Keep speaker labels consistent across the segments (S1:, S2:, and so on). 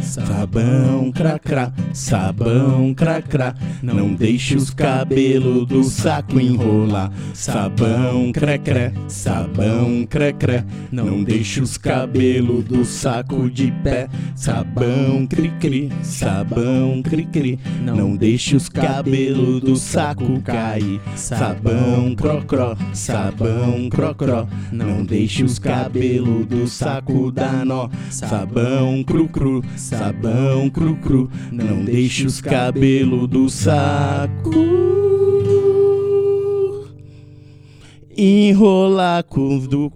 S1: Sabão cracrá, sabão cracrá, não deixe os cabelos do saco enrolar. Sabão crecré, sabão crecré, não deixe os cabelos do saco de pé. Sabão cri-cri, sabão cri-cri, não deixe os cabelos do saco cair. Sabão crocró, sabão crocró, não deixe os cabelos do saco dar nó. Sabão cru-cru, sabão cru-cru, não deixe os cabelos do saco enrolar com os do.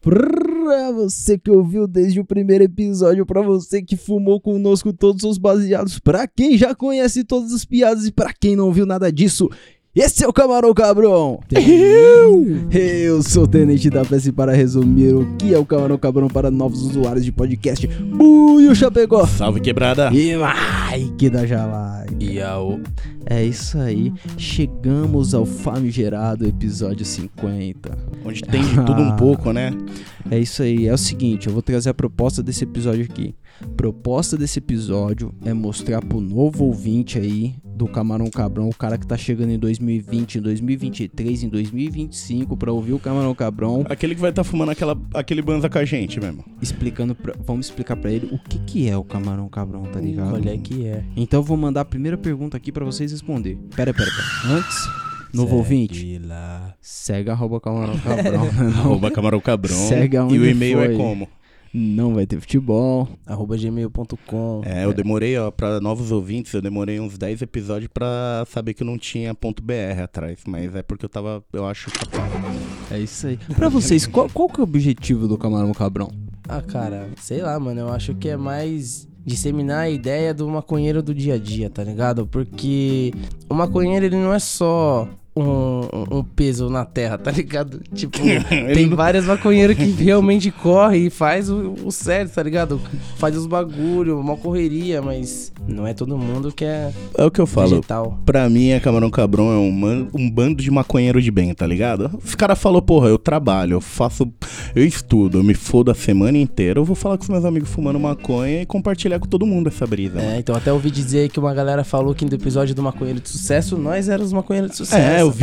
S2: Pra é você que ouviu desde o primeiro episódio, pra você que fumou conosco todos os baseados, pra quem já conhece todas as piadas e pra quem não viu nada disso, esse é o Camarão Cabrão! Eu! Eu sou o Tenente da PS para resumir o que é o Camarão Cabrão para novos usuários de podcast. Buio Chapecó!
S1: Salve quebrada!
S2: E vai que da Jalai!
S1: Iau.
S2: É isso aí, chegamos ao famigerado episódio 50.
S1: Onde tem de tudo um pouco, né?
S2: É isso aí, é o seguinte, eu vou trazer a proposta desse episódio aqui. Proposta desse episódio é mostrar pro novo ouvinte aí do Camarão Cabrão, o cara que tá chegando em 2020, em 2023, em 2025 pra ouvir o Camarão Cabrão,
S1: Aquele que vai estar fumando aquela, aquele banza com a gente mesmo.
S2: explicando, pra, vamos explicar pra ele o que que é o Camarão Cabrão, tá ligado?
S3: Hum, Olha que é.
S2: Então eu vou mandar a primeira pergunta aqui pra vocês responder. Pera, pera, pera. Antes, novo
S3: é
S2: ouvinte,
S3: Segue lá.
S2: segue arroba Camarão Cabrão, né, não?
S1: Arroba Camarão Cabrão.
S2: Segue aonde
S1: e o e-mail
S2: foi.
S1: é como?
S2: Não vai ter futebol.
S3: Arroba gmail.com.
S1: É, eu demorei, ó, pra novos ouvintes, eu demorei uns 10 episódios pra saber que não tinha ponto .br atrás, mas é porque eu tava, eu acho, capaz.
S2: É isso aí. Pra vocês, qual, qual que é o objetivo do Camarão Cabrão?
S3: Ah, cara, sei lá, mano. Eu acho que é mais disseminar a ideia do maconheiro do dia a dia, tá ligado? Porque o maconheiro, ele não é só. Um, um peso na terra, tá ligado? Tipo, tem vários maconheiros que realmente corre e faz o, o certo, tá ligado? Faz os bagulho, uma correria, mas não é todo mundo que é
S1: É o que eu falo.
S3: vegetal.
S1: Pra mim, a Camarão Cabrão é um, man- um bando de maconheiro de bem, tá ligado? Os caras falam, porra, eu trabalho, eu faço. Eu estudo, eu me fodo a semana inteira, eu vou falar com os meus amigos fumando maconha e compartilhar com todo mundo essa brisa. mano.
S3: É, então até ouvi dizer que uma galera falou que no episódio do Maconheiro de Sucesso, nós éramos maconheiros de sucesso.
S1: É, eu vi isso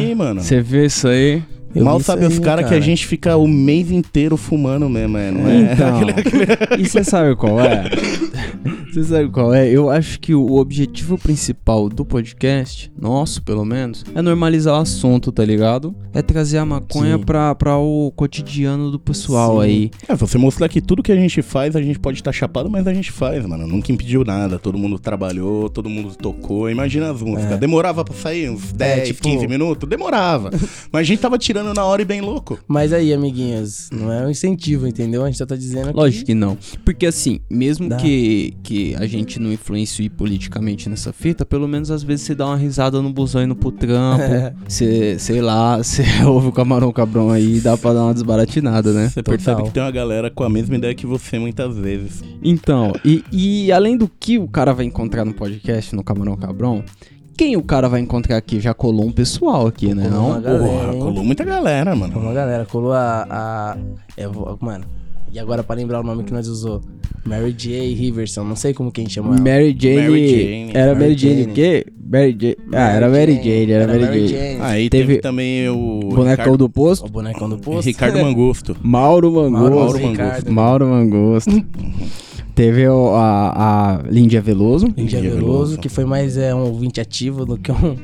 S1: daí, mano.
S2: Você viu isso aí?
S3: Eu
S1: Mal
S3: vi
S1: sabe
S3: isso
S1: os
S3: aí,
S1: caras que a gente fica o mês inteiro fumando mesmo, é, não é?
S2: Então, e você sabe qual é? Você sabe qual é? Eu acho que o objetivo principal do podcast, nosso pelo menos, é normalizar o assunto, tá ligado? É trazer a maconha
S3: Sim.
S2: pra, pra o cotidiano do pessoal
S3: Sim.
S2: aí.
S1: É, você mostrar que tudo que a gente faz, a gente pode estar chapado, mas a gente faz, mano. Nunca impediu nada. Todo mundo trabalhou, todo mundo tocou. Imagina as músicas. Demorava pra sair uns 10,
S3: É. tipo-
S1: 15 minutos? Demorava. mas a gente tava tirando na hora e bem louco.
S3: Mas aí, amiguinhos, não é um incentivo, entendeu? A gente só tá dizendo
S2: Lógico que não. Porque assim, mesmo
S3: Dá.
S2: que, que a gente não influencie politicamente nessa fita, pelo menos às vezes você dá uma risada no busão e no trampo.
S3: É.
S2: Você, sei lá, você ouve o camarão cabrão aí e dá pra dar uma desbaratinada, né?
S1: Você
S3: Total.
S1: percebe que tem uma galera com a mesma ideia que você muitas vezes.
S2: Então, e, e além do que o cara vai encontrar no podcast, no Camarão Cabrão, quem o cara vai encontrar aqui? Já colou um pessoal aqui, né?
S3: Colou uma
S2: Não?
S3: galera.
S1: Porra,
S3: hein?
S1: colou muita galera,
S3: que... Uma
S1: mano.
S3: galera colou a... a... é, Eu vou... Mano, e agora pra lembrar o nome que nós usou? Mary J. Riverson, não sei como quem chama ela.
S2: Mary Jane.
S1: Mary Jane,
S2: Era
S3: Mary
S2: Mary Jane
S3: Jane.
S2: o quê? Mary Jane. Ah, era Mary Jane, era Mary Jane.
S1: Aí teve,
S2: Teve
S1: também o.
S2: Bonecão do posto,
S3: O bonecão do
S1: Ricardo,
S3: posto.
S1: Ricardo Mangusto.
S2: Mauro
S3: Mauro,
S2: Mangosto.
S3: Ricardo.
S2: Mauro Mangosto. Teve o- a, a Lindia Veloso.
S3: Lídia
S1: Lídia
S3: Veloso,
S1: Veloso.
S3: que foi mais é, um ouvinte ativo do que um...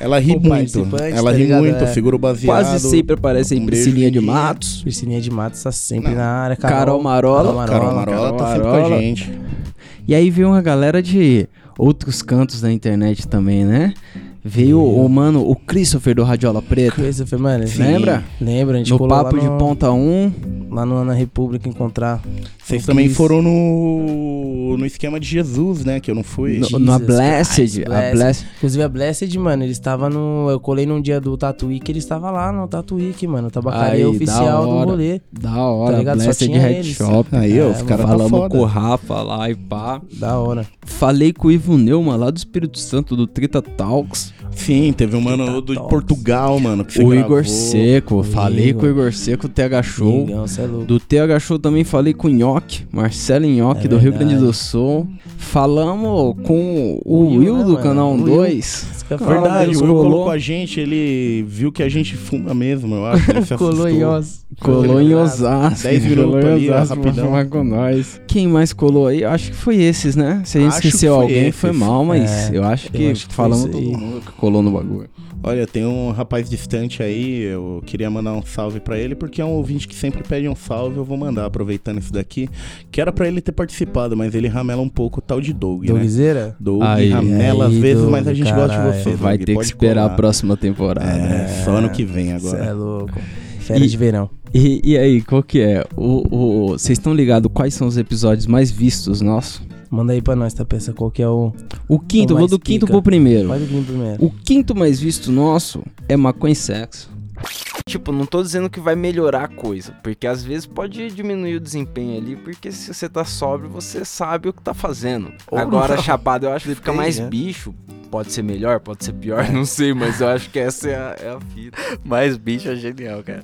S1: Ela ri
S3: O
S1: muito.
S3: participante,
S1: Ela
S3: tá
S1: ri
S3: ligado?
S1: muito,
S3: É.
S1: segura o baseado.
S2: Quase sempre aparece aí
S1: Um
S2: Priscilinha de
S1: beijo, Lindinha.
S2: Matos.
S3: Priscilinha de Matos tá sempre na área.
S2: Carol Marola.
S1: Carol Marola tá sempre com a
S2: Marola.
S1: gente.
S2: E aí veio uma galera de outros cantos da internet também, né? Veio o mano, o Christopher do Radiola Preta.
S3: Christopher, mano.
S1: Sim.
S2: Lembra?
S3: Lembra? A gente
S2: No
S3: colou lá
S2: Papo de
S3: no-
S2: Ponta 1.
S3: Lá no, na República encontrar.
S1: Vocês
S3: O
S1: também
S3: Chris.
S1: foram no no, no esquema de Jesus, né? Que eu não fui.
S2: No- na
S3: Jesus
S2: Blessed,
S3: Christ,
S2: a Blessed.
S3: Inclusive a Blessed, mano, ele estava no. Eu colei num dia do Tatuí que ele estava lá no Tatuí, que, mano. Tabacaria
S2: Aí, da
S3: oficial do
S2: hora.
S3: rolê.
S2: Da hora,
S3: Tá ligado? Só
S2: Blessed
S3: tinha
S2: Head
S3: eles.
S2: Shop.
S1: Aí, ó, os
S3: É,
S1: caras tá
S2: Falamos
S1: foda.
S2: com o Rafa lá e pá.
S3: Da hora.
S2: Falei com o Ivo Neuma lá do Espírito Santo, do Trita Talks.
S1: Sim, teve um mano do de
S3: Tops.
S1: Portugal, mano. Que você
S2: o
S1: gravou.
S2: Igor Seco. Falei
S3: Igor.
S2: com o Igor Seco, TH Show.
S3: Migão, cê é louco.
S2: Do TH Show também falei com o Nhoque, Marcelo Nhoque,
S3: É
S2: do Rio Grande
S3: verdade.
S2: do Sul. Falamos com
S3: O
S2: o
S3: Will,
S2: Will
S3: né,
S2: do
S3: mano?
S2: Canal
S3: O Will.
S2: 2.
S3: Isso que eu ia falar,
S1: Verdade,
S2: Deus,
S1: o Will
S2: colou.
S1: Ah, colocou a gente, ele viu que a gente fuma mesmo, eu acho. Ele se
S3: Colou em
S1: assustou.
S3: Oz.
S2: Colou em
S3: Obrigado.
S2: Osasco.
S1: 10 minutos
S2: colou
S3: né,
S2: em
S1: ali, ó,
S2: Osasco pra
S1: rapidão.
S2: falar com nós. Quem mais colou aí? Eu Acho que foi esses, né? Se a gente
S1: Acho que
S2: esqueceu
S1: foi
S2: alguém, foi
S1: esses.
S2: mal, mas
S3: É,
S2: eu acho que
S3: acho que foi
S2: falamos
S3: isso aí.
S2: todo mundo que colou no bagulho.
S1: Olha, tem um rapaz distante aí, eu queria mandar um salve pra ele, porque é um ouvinte que sempre pede um salve, eu vou mandar, aproveitando isso daqui. Que era pra ele ter participado, mas ele ramela um pouco o tal de Doug, né?
S3: Dougzeira?
S1: Doug
S2: Aí.
S1: ramela às
S3: Aí,
S1: vezes,
S3: Doug,
S1: mas a gente gosta de
S3: caralho.
S1: você,
S2: Vai
S1: Doug,
S2: ter que
S1: pode
S2: esperar
S1: colar.
S2: a próxima temporada.
S1: É, só ano que vem
S3: Cê é
S1: agora.
S3: louco. Férias
S2: E-
S3: de verão.
S2: E, e aí, qual que é? O- o- Vocês estão ligados quais são os episódios mais vistos nossos?
S3: Manda aí pra nós, tá? Pensa qual que é o.
S2: O quinto,
S3: O
S2: eu vou
S3: mais
S2: do quinto
S3: pica.
S2: pro primeiro.
S3: Faz o Guinho primeiro.
S2: O quinto mais visto nosso é maconha e sexo. Tipo, não tô dizendo que vai melhorar a coisa, porque às vezes pode diminuir o desempenho ali, porque se você tá sóbrio, você sabe o que tá fazendo.
S3: Ou
S4: Agora,
S3: não.
S4: chapado, eu acho que fica
S3: Depende,
S4: mais
S3: né?
S4: bicho. Pode ser melhor, pode ser pior, não sei, mas eu acho que essa é a, é a fita.
S5: Mais bicho é genial, cara.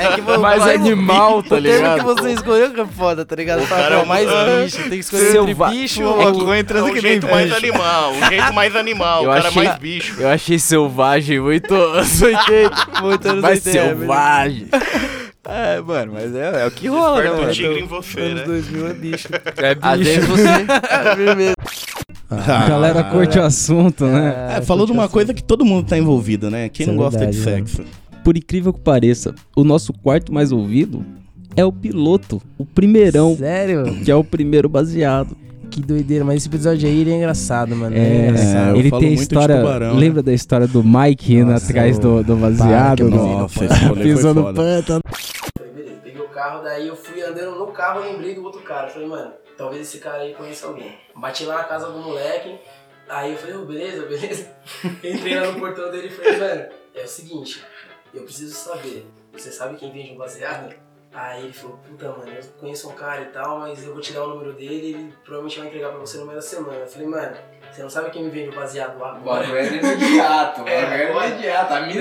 S4: É que
S5: vo-
S4: mais
S5: vai-
S4: animal, tá
S5: o termo
S4: ligado?
S5: que você escolheu que é foda, tá ligado? Fala,
S1: cara é
S5: "Pô,
S1: um-
S5: mais bicho, tem que escolher
S4: Seu
S5: entre
S4: va-
S5: bicho
S4: É
S5: ou
S4: que-
S5: maconha e transa que nem bicho.
S1: animal, o jeito mais animal,
S4: Eu achei-
S1: bicho.
S4: Eu achei selvagem muito anos 80.
S5: Muito anos
S4: Mais
S5: 80, é verdade.
S4: selvagem.
S5: É, mano, mas é, é o que rola, né, mano?
S1: em você, né?
S5: Anos 2000 é bicho.
S4: É bicho. Às vezes você
S5: é
S2: A galera curte o assunto, né?
S1: É, falou de uma coisa que todo mundo tá envolvido, né? Quem
S3: Isso
S1: não
S3: é
S1: gosta de
S3: verdade,
S1: sexo?
S5: É.
S2: Por incrível que pareça, o nosso quarto mais ouvido é o piloto, o primeirão,
S3: Sério?
S2: que é o primeiro baseado.
S3: Que doideira. Mas esse episódio aí ele é engraçado, mano.
S2: É,
S3: engraçado.
S1: eu
S2: ele
S1: falo
S2: tem
S1: muito
S2: a
S1: de
S2: história.
S5: né?
S1: tubarão,
S2: lembra da história do Mike indo
S3: Nossa,
S2: atrás do, do baseado? do-
S1: Nossa, esse rolê foi
S2: Pisou no
S1: foda.
S2: pântano.
S3: Beleza, peguei o carro, daí eu fui andando no carro e lembrei do outro cara. Falei, mano, talvez esse cara aí conheça alguém. Bati lá na casa do moleque, aí eu falei, ô, beleza, beleza. Entrei lá no portão dele e falei, mano, é o seguinte, eu preciso saber. Você sabe quem vende um baseado? Aí ele falou, puta, mano, eu conheço um cara e tal, mas eu vou te dar o número dele e ele provavelmente vai entregar pra você no meio da semana. Eu falei, mano, você não sabe quem me vende um baseado agora?
S4: é imediato.
S3: É, agora.
S4: imediato. A
S3: Daí-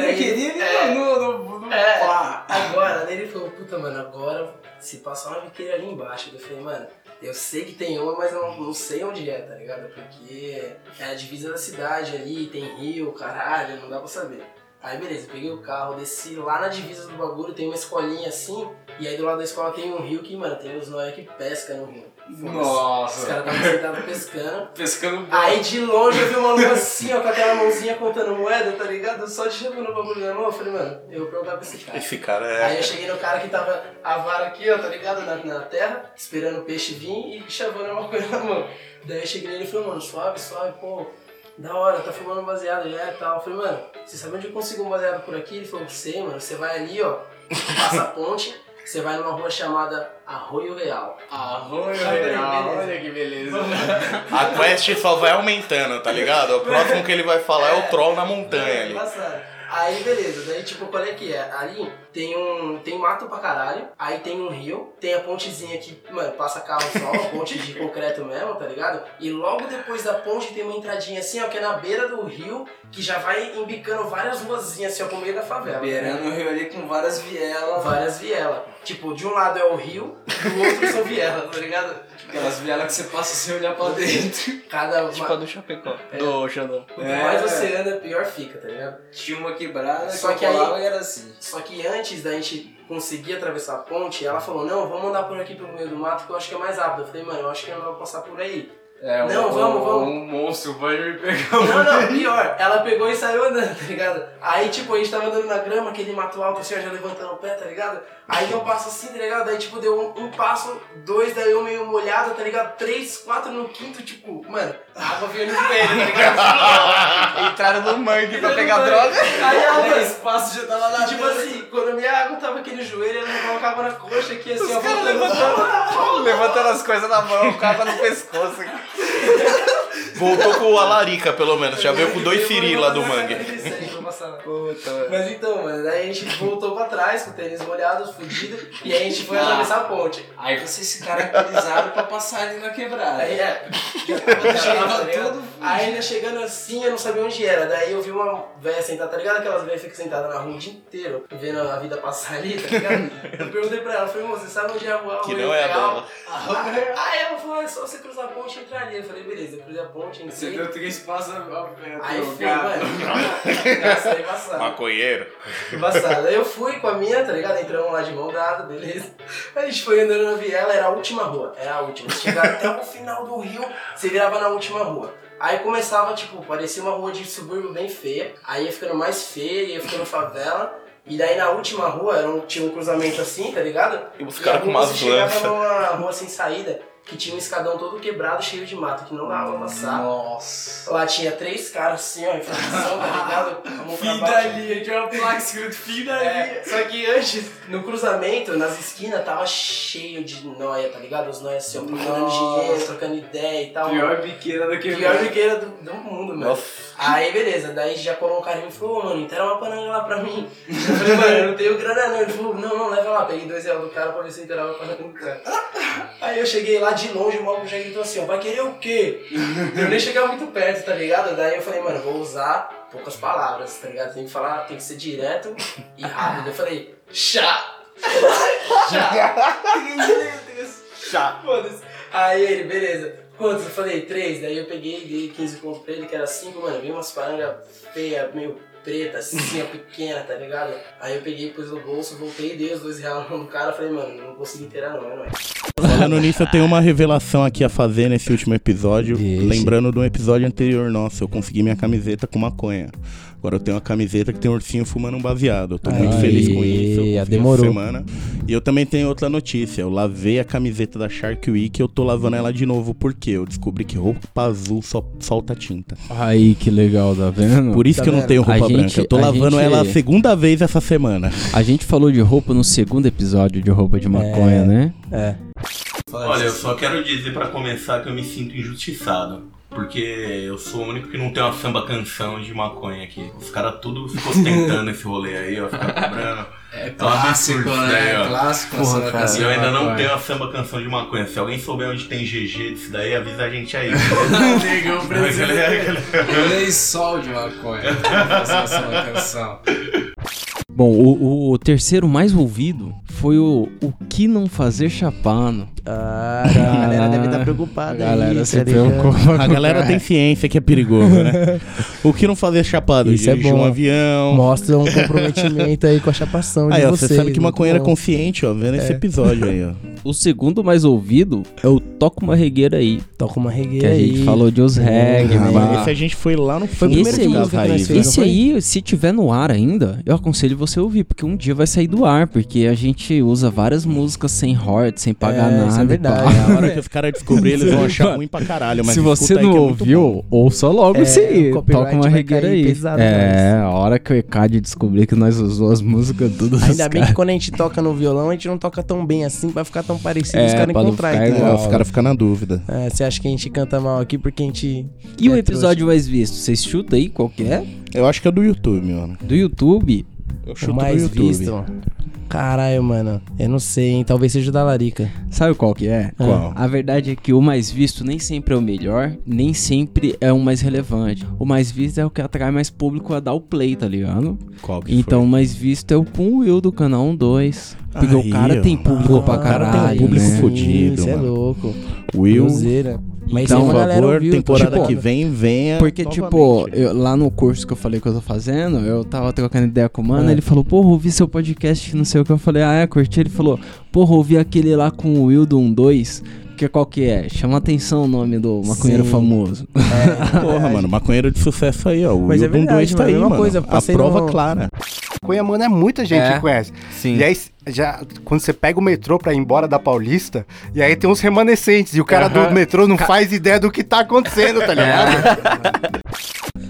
S3: é.
S4: não- não- não-
S3: É.
S4: pá.
S3: Agora, daí ele falou, puta, mano, agora se passar uma biqueira ali embaixo. Eu falei, mano, eu sei que tem uma, mas eu não, não sei onde é, tá ligado? Porque é a divisa da cidade ali, tem rio, caralho, não dá pra saber. Aí beleza, peguei o carro, desci lá na divisa do bagulho, tem uma escolinha assim, e aí do lado da escola tem um rio que, mano, tem os noia que pesca no rio. Os
S4: Nossa.
S3: caras estavam sentados pescando.
S4: Tá Pescando
S3: Aí de longe eu vi uma lua assim, ó, com aquela mãozinha contando moeda, tá ligado? Só de chegando no bagulho na mão, eu falei, mano, eu vou perguntar pra esse cara. é-
S1: cara
S3: Aí eu cheguei no cara que tava a vara aqui, ó, tá ligado? Na, na terra, esperando o peixe vir e chavando uma coisa na mão. Daí eu cheguei nele e falei, mano, suave, suave, pô, da hora, tá fumando um baseado já e tal. Eu falei, mano, você sabe onde eu consigo um baseado por aqui? Ele falou, sei, mano, você vai ali, ó, passa a ponte, você vai numa rua chamada Arroio Real.
S4: Arroz,
S3: Aí,
S4: real,
S3: beleza.
S4: olha que beleza.
S1: A quest só vai aumentando, tá ligado? O próximo que ele vai falar é o troll na montanha ali.
S3: Embaçado. Aí beleza, daí tipo, qual é que é? Ali tem um. tem mato pra caralho, aí tem um rio, tem a pontezinha que, mano, passa carro só, uma ponte de concreto mesmo, tá ligado? E logo depois da ponte tem uma entradinha assim, ó, que é na beira do rio, que já vai embicando várias ruazinhas assim, ó, pro meio da favela.
S4: Tá Beirando o rio ali com várias vielas.
S3: Várias vielas. Tipo, de um lado é o rio, do outro são vielas, tá ligado?
S4: Aquelas vielas que você passa sem olhar pra dentro.
S3: Cada uma.
S5: Tipo a do Chapecó.
S4: É.
S5: Do Xandão.
S3: Quanto mais você anda, pior fica, tá ligado?
S4: Tinha uma quebrada,
S3: Só
S4: só
S3: que
S4: que
S3: aí-
S4: aí era assim.
S3: Só que antes da gente conseguir atravessar a ponte, ela falou, não, vamos andar por aqui pelo meio do mato, que eu acho que é mais rápido. Eu falei, mano, eu acho que eu não vou passar por aí.
S4: É,
S3: Não, vamos, vamos.
S4: Um monstro vai me pegar. um-
S3: Não, não, pior. Ela pegou e saiu andando, tá ligado? Aí, tipo, a gente tava andando na grama, aquele mato alto, assim, ó, já levantando o pé, tá ligado? Aí eu passo assim, tá ligado? Daí, tipo, deu um, um passo, dois, daí eu meio molhado, tá ligado? Três, quatro, no quinto, tipo, mano, a água veio no joelho, tá ligado?
S6: Entraram no mangue pra
S3: Eu
S6: pegar
S3: não-
S6: droga.
S3: Aí a água, espaço
S6: já tava lá
S3: Tipo
S6: dentro.
S3: assim, quando a minha água tava aqui no joelho, ela me colocava na coxa aqui, assim, ó,
S6: caras
S3: voltando.
S6: Levantando as coisas na mão, com água no pescoço.
S7: Voltou com a larica, pelo menos. Já veio com dois
S3: Eu
S7: siri
S3: vou
S7: lá do
S3: passar
S7: mangue.
S3: com isso aí, vou passar.
S6: Puta,
S3: Mas então, mano, daí a gente voltou pra trás com o tênis molhado, fudido, e aí a gente foi atravessar a ponte.
S4: Aí vocês se caracterizaram pra passar ali na quebrada.
S3: Aí é.
S4: Tava
S3: Chegando,
S4: tudo
S3: aí ainda chegando assim, eu não sabia onde era. Daí eu vi uma véia sentada, tá ligado? Aquelas velhas ficam sentadas na rua o dia inteiro, vendo a vida passar ali, tá ligado? Eu perguntei pra ela, falei, moça, você sabe onde é a rua?
S7: Que
S3: Rua
S7: não é a
S3: Imperial?"
S7: dela.
S3: Aí ela falou, é só você cruzar a ponte e entrar ali. Eu falei, beleza, eu cruzei a ponte,
S4: Você
S3: entrei.
S4: deu um três passos ao pé.
S3: Aí
S4: do
S3: fui,
S4: cara.
S3: mano. Nossa, é embaçado.
S7: Maconheiro.
S3: Embaçado. Aí eu fui com a minha, tá ligado? Entramos lá de mão dada, beleza. Aí a gente foi andando na viela, era a última rua, era a última. Você chegava até o final do rio, você virava na última rua. Aí começava, tipo, parecia uma rua de subúrbio bem feia. Aí ia ficando mais feia, ia ficando favela. E daí na última rua era um- tinha um cruzamento assim, tá ligado?
S7: E os
S3: E
S7: caras
S3: aí
S7: com umas
S3: você chegava
S7: lanças.
S3: numa rua sem saída, que tinha um escadão todo quebrado, cheio de mato, que não dava pra passar.
S4: Nossa.
S3: Lá tinha três caras assim, ó, em formação, tá ligado? A mão pra
S4: Fim
S3: baixo.
S4: da linha, tinha uma placa escrito fim da linha.
S3: É, só que antes, no cruzamento, nas esquinas, tava cheio de noia, tá ligado? Os noias assim, ó, procurando
S4: Nossa.
S3: dinheiro, trocando ideia e tal.
S4: tá Pior biqueira do que
S3: Pior ligueira do, do mundo, mano.
S7: Nossa.
S3: Aí beleza, daí já colou um cara e me falou, "Ô, mano, entera uma pananga lá pra mim. Eu falei, mano, eu não tenho grana não. Ele falou, não, não, leva lá. Peguei dois reais do cara pra ver se eu enterava a pananga do cara. Aí eu cheguei lá de longe, o maluco já gritou assim, ó, vai querer o quê? Eu nem chegava muito perto, tá ligado? Daí eu falei, mano, vou usar poucas palavras, tá ligado? Tem que falar, tem que ser direto e rápido. Eu falei, chá!
S6: chá.
S3: Foda-se. Aí ele, beleza. Quantos? Eu falei, três. Daí eu peguei e dei 15 conto pra ele, que era cinco, mano. Veio umas parangas feias, meio preta, assim, ó, pequena, tá ligado? Aí eu peguei, pus no bolso, voltei e dei os dois reais no cara. Falei, mano, não consegui inteirar não, é nóis.
S1: Falando nisso, eu tenho uma revelação aqui a fazer nesse último episódio.
S3: Vixe.
S1: Lembrando de um episódio anterior nosso, eu consegui minha camiseta com maconha. Agora eu tenho uma camiseta que tem um ursinho fumando um baseado. Eu tô muito
S3: Aí,
S1: feliz com isso. eu consegui essa
S3: demorou.
S1: Semana. E eu também tenho outra notícia. Eu lavei a camiseta da Shark Week e eu tô lavando ela de novo porque eu descobri que roupa azul só solta tinta.
S2: Aí, que legal, tá vendo?
S1: Por isso
S3: Tá
S1: que eu não
S3: vendo?
S1: tenho roupa
S2: A gente-
S1: branca. eu tô
S2: a
S1: lavando
S2: gente-
S1: ela a segunda vez essa semana.
S2: A gente falou de roupa no segundo episódio de roupa de maconha,
S3: É.
S2: né?
S7: Olha, eu só quero dizer pra começar que eu me sinto injustiçado. Porque eu sou o único que não tem uma samba canção de maconha aqui. Os caras tudo ficam ostentando esse rolê aí, ó. Fica cobrando.
S4: É
S7: clássico, né? É
S4: Clássico.
S3: Porra, cara. é
S7: E eu ainda não tenho a samba canção de maconha. Se alguém souber onde tem GG disso daí, avisa a gente aí.
S4: Negão brasileiro. Eu dei sol de maconha. pra fazer essa uma canção.
S2: Bom, o, o- o terceiro mais ouvido foi o O Que Não Fazer Chapano.
S3: Ah, a galera deve estar
S2: A
S3: preocupada aí,
S2: galera
S3: tá
S2: se
S3: ligado?
S2: preocupa. com-
S1: A galera tem ciência que é perigoso, né? O que não fazer chapado?
S3: Isso é
S1: Dirigir um
S3: bom.
S1: avião,
S3: Mostra um comprometimento aí com a chapação de
S1: Aí, ó,
S3: vocês.
S1: você
S3: um
S1: sabe que
S3: muito
S1: maconheiro é
S3: bom. É.
S1: consciente, ó, vendo esse episódio aí, ó.
S2: O segundo mais ouvido é o Toca uma Regueira aí.
S3: Toca uma
S2: Que
S3: regueira
S2: a
S3: aí.
S2: gente falou de os reggae,
S1: Mas
S2: pá.
S1: Ah, esse a gente foi lá no é
S3: Foi o
S1: fundo
S2: primeiro
S1: das
S2: que nós
S1: raízes.
S3: fez,
S2: Esse
S3: não foi?
S2: aí, se tiver no ar ainda, eu aconselho você a ouvir, porque um dia vai sair do ar, porque a gente usa várias músicas sem hort, sem pagar
S3: É,
S2: nada. né,
S3: isso é
S2: e pá.
S3: verdade.
S1: Na hora que os caras descobrirem, eles vão achar ruim pra caralho. Mas
S2: se você
S1: escuta aí
S2: não
S1: que é muito bom.
S2: ouviu, ouça logo isso aí.
S3: o copyright
S2: Toca uma
S3: vai
S2: regueira
S3: cair
S2: aí.
S3: pesado
S2: é, a hora que o ECAD descobrir que nós usou as músicas tudo dos
S3: Ainda bem
S2: caras.
S3: que quando a gente toca no violão, a gente não toca tão bem assim pra ficar tão parecido
S2: É,
S3: os caras
S2: pra não
S3: encontrar,
S2: ficar
S3: entendeu?
S1: É, os caras ficam na dúvida.
S3: É, você acha que a gente canta mal aqui porque a gente.
S2: E o
S3: é
S2: episódio mais visto? Vocês chutam aí qual que é?
S1: Eu acho que é do YouTube, mano.
S2: Do YouTube?
S1: Eu
S3: O
S1: chuto
S3: mais
S1: do YouTube.
S3: visto. Caralho, mano. Eu não sei, hein? Talvez seja o da Larica.
S2: Sabe qual que é?
S1: Qual?
S2: A verdade é que o mais visto nem sempre é o melhor, nem sempre é o mais relevante. O mais visto é o que atrai mais público a dar o play, tá ligado?
S1: Qual que
S2: então o mais visto é o com o Will do canal 12. Porque
S1: Aí,
S2: o cara
S1: ó.
S2: tem público pra
S1: o cara tem
S2: caralho.
S1: um público
S2: né?
S1: fo- fudido,
S3: Isso é
S1: mano.
S3: louco.
S1: foi? Will,
S3: Cruzeira.
S2: Então,
S3: Mas isso aí
S1: por
S3: uma galera
S1: favor,
S3: ouviu,
S1: temporada
S3: tipo,
S1: que vem, venha
S2: Porque, tipo,
S1: novamente.
S2: eu- lá no curso que eu falei que eu tô fazendo, eu tava trocando ideia com o mano,
S1: Ah.
S3: É.
S2: ele falou, porra, ouvi seu podcast, não sei o que. Eu falei, ah, é, curti. Ele falou, porra, ouvi aquele lá com o Will do 12. Que que qual que é? Chama atenção o nome do maconheiro
S3: Sim.
S2: famoso.
S1: Porra, mano, maconheiro de sucesso aí, ó. O
S3: Mas é
S1: Wildon
S3: verdade,
S1: Dois tá
S3: mano,
S1: aí,
S3: é uma
S1: mano.
S3: coisa,
S1: a
S3: passei
S1: prova
S3: no-
S1: clara.
S8: Maconha, mano, é muita gente
S9: É.
S8: que conhece.
S9: Sim.
S8: E aí, já, quando você pega o metrô pra ir embora da Paulista, e aí tem uns remanescentes, e o cara do metrô não faz ideia do que tá acontecendo, tá
S3: É.
S8: ligado?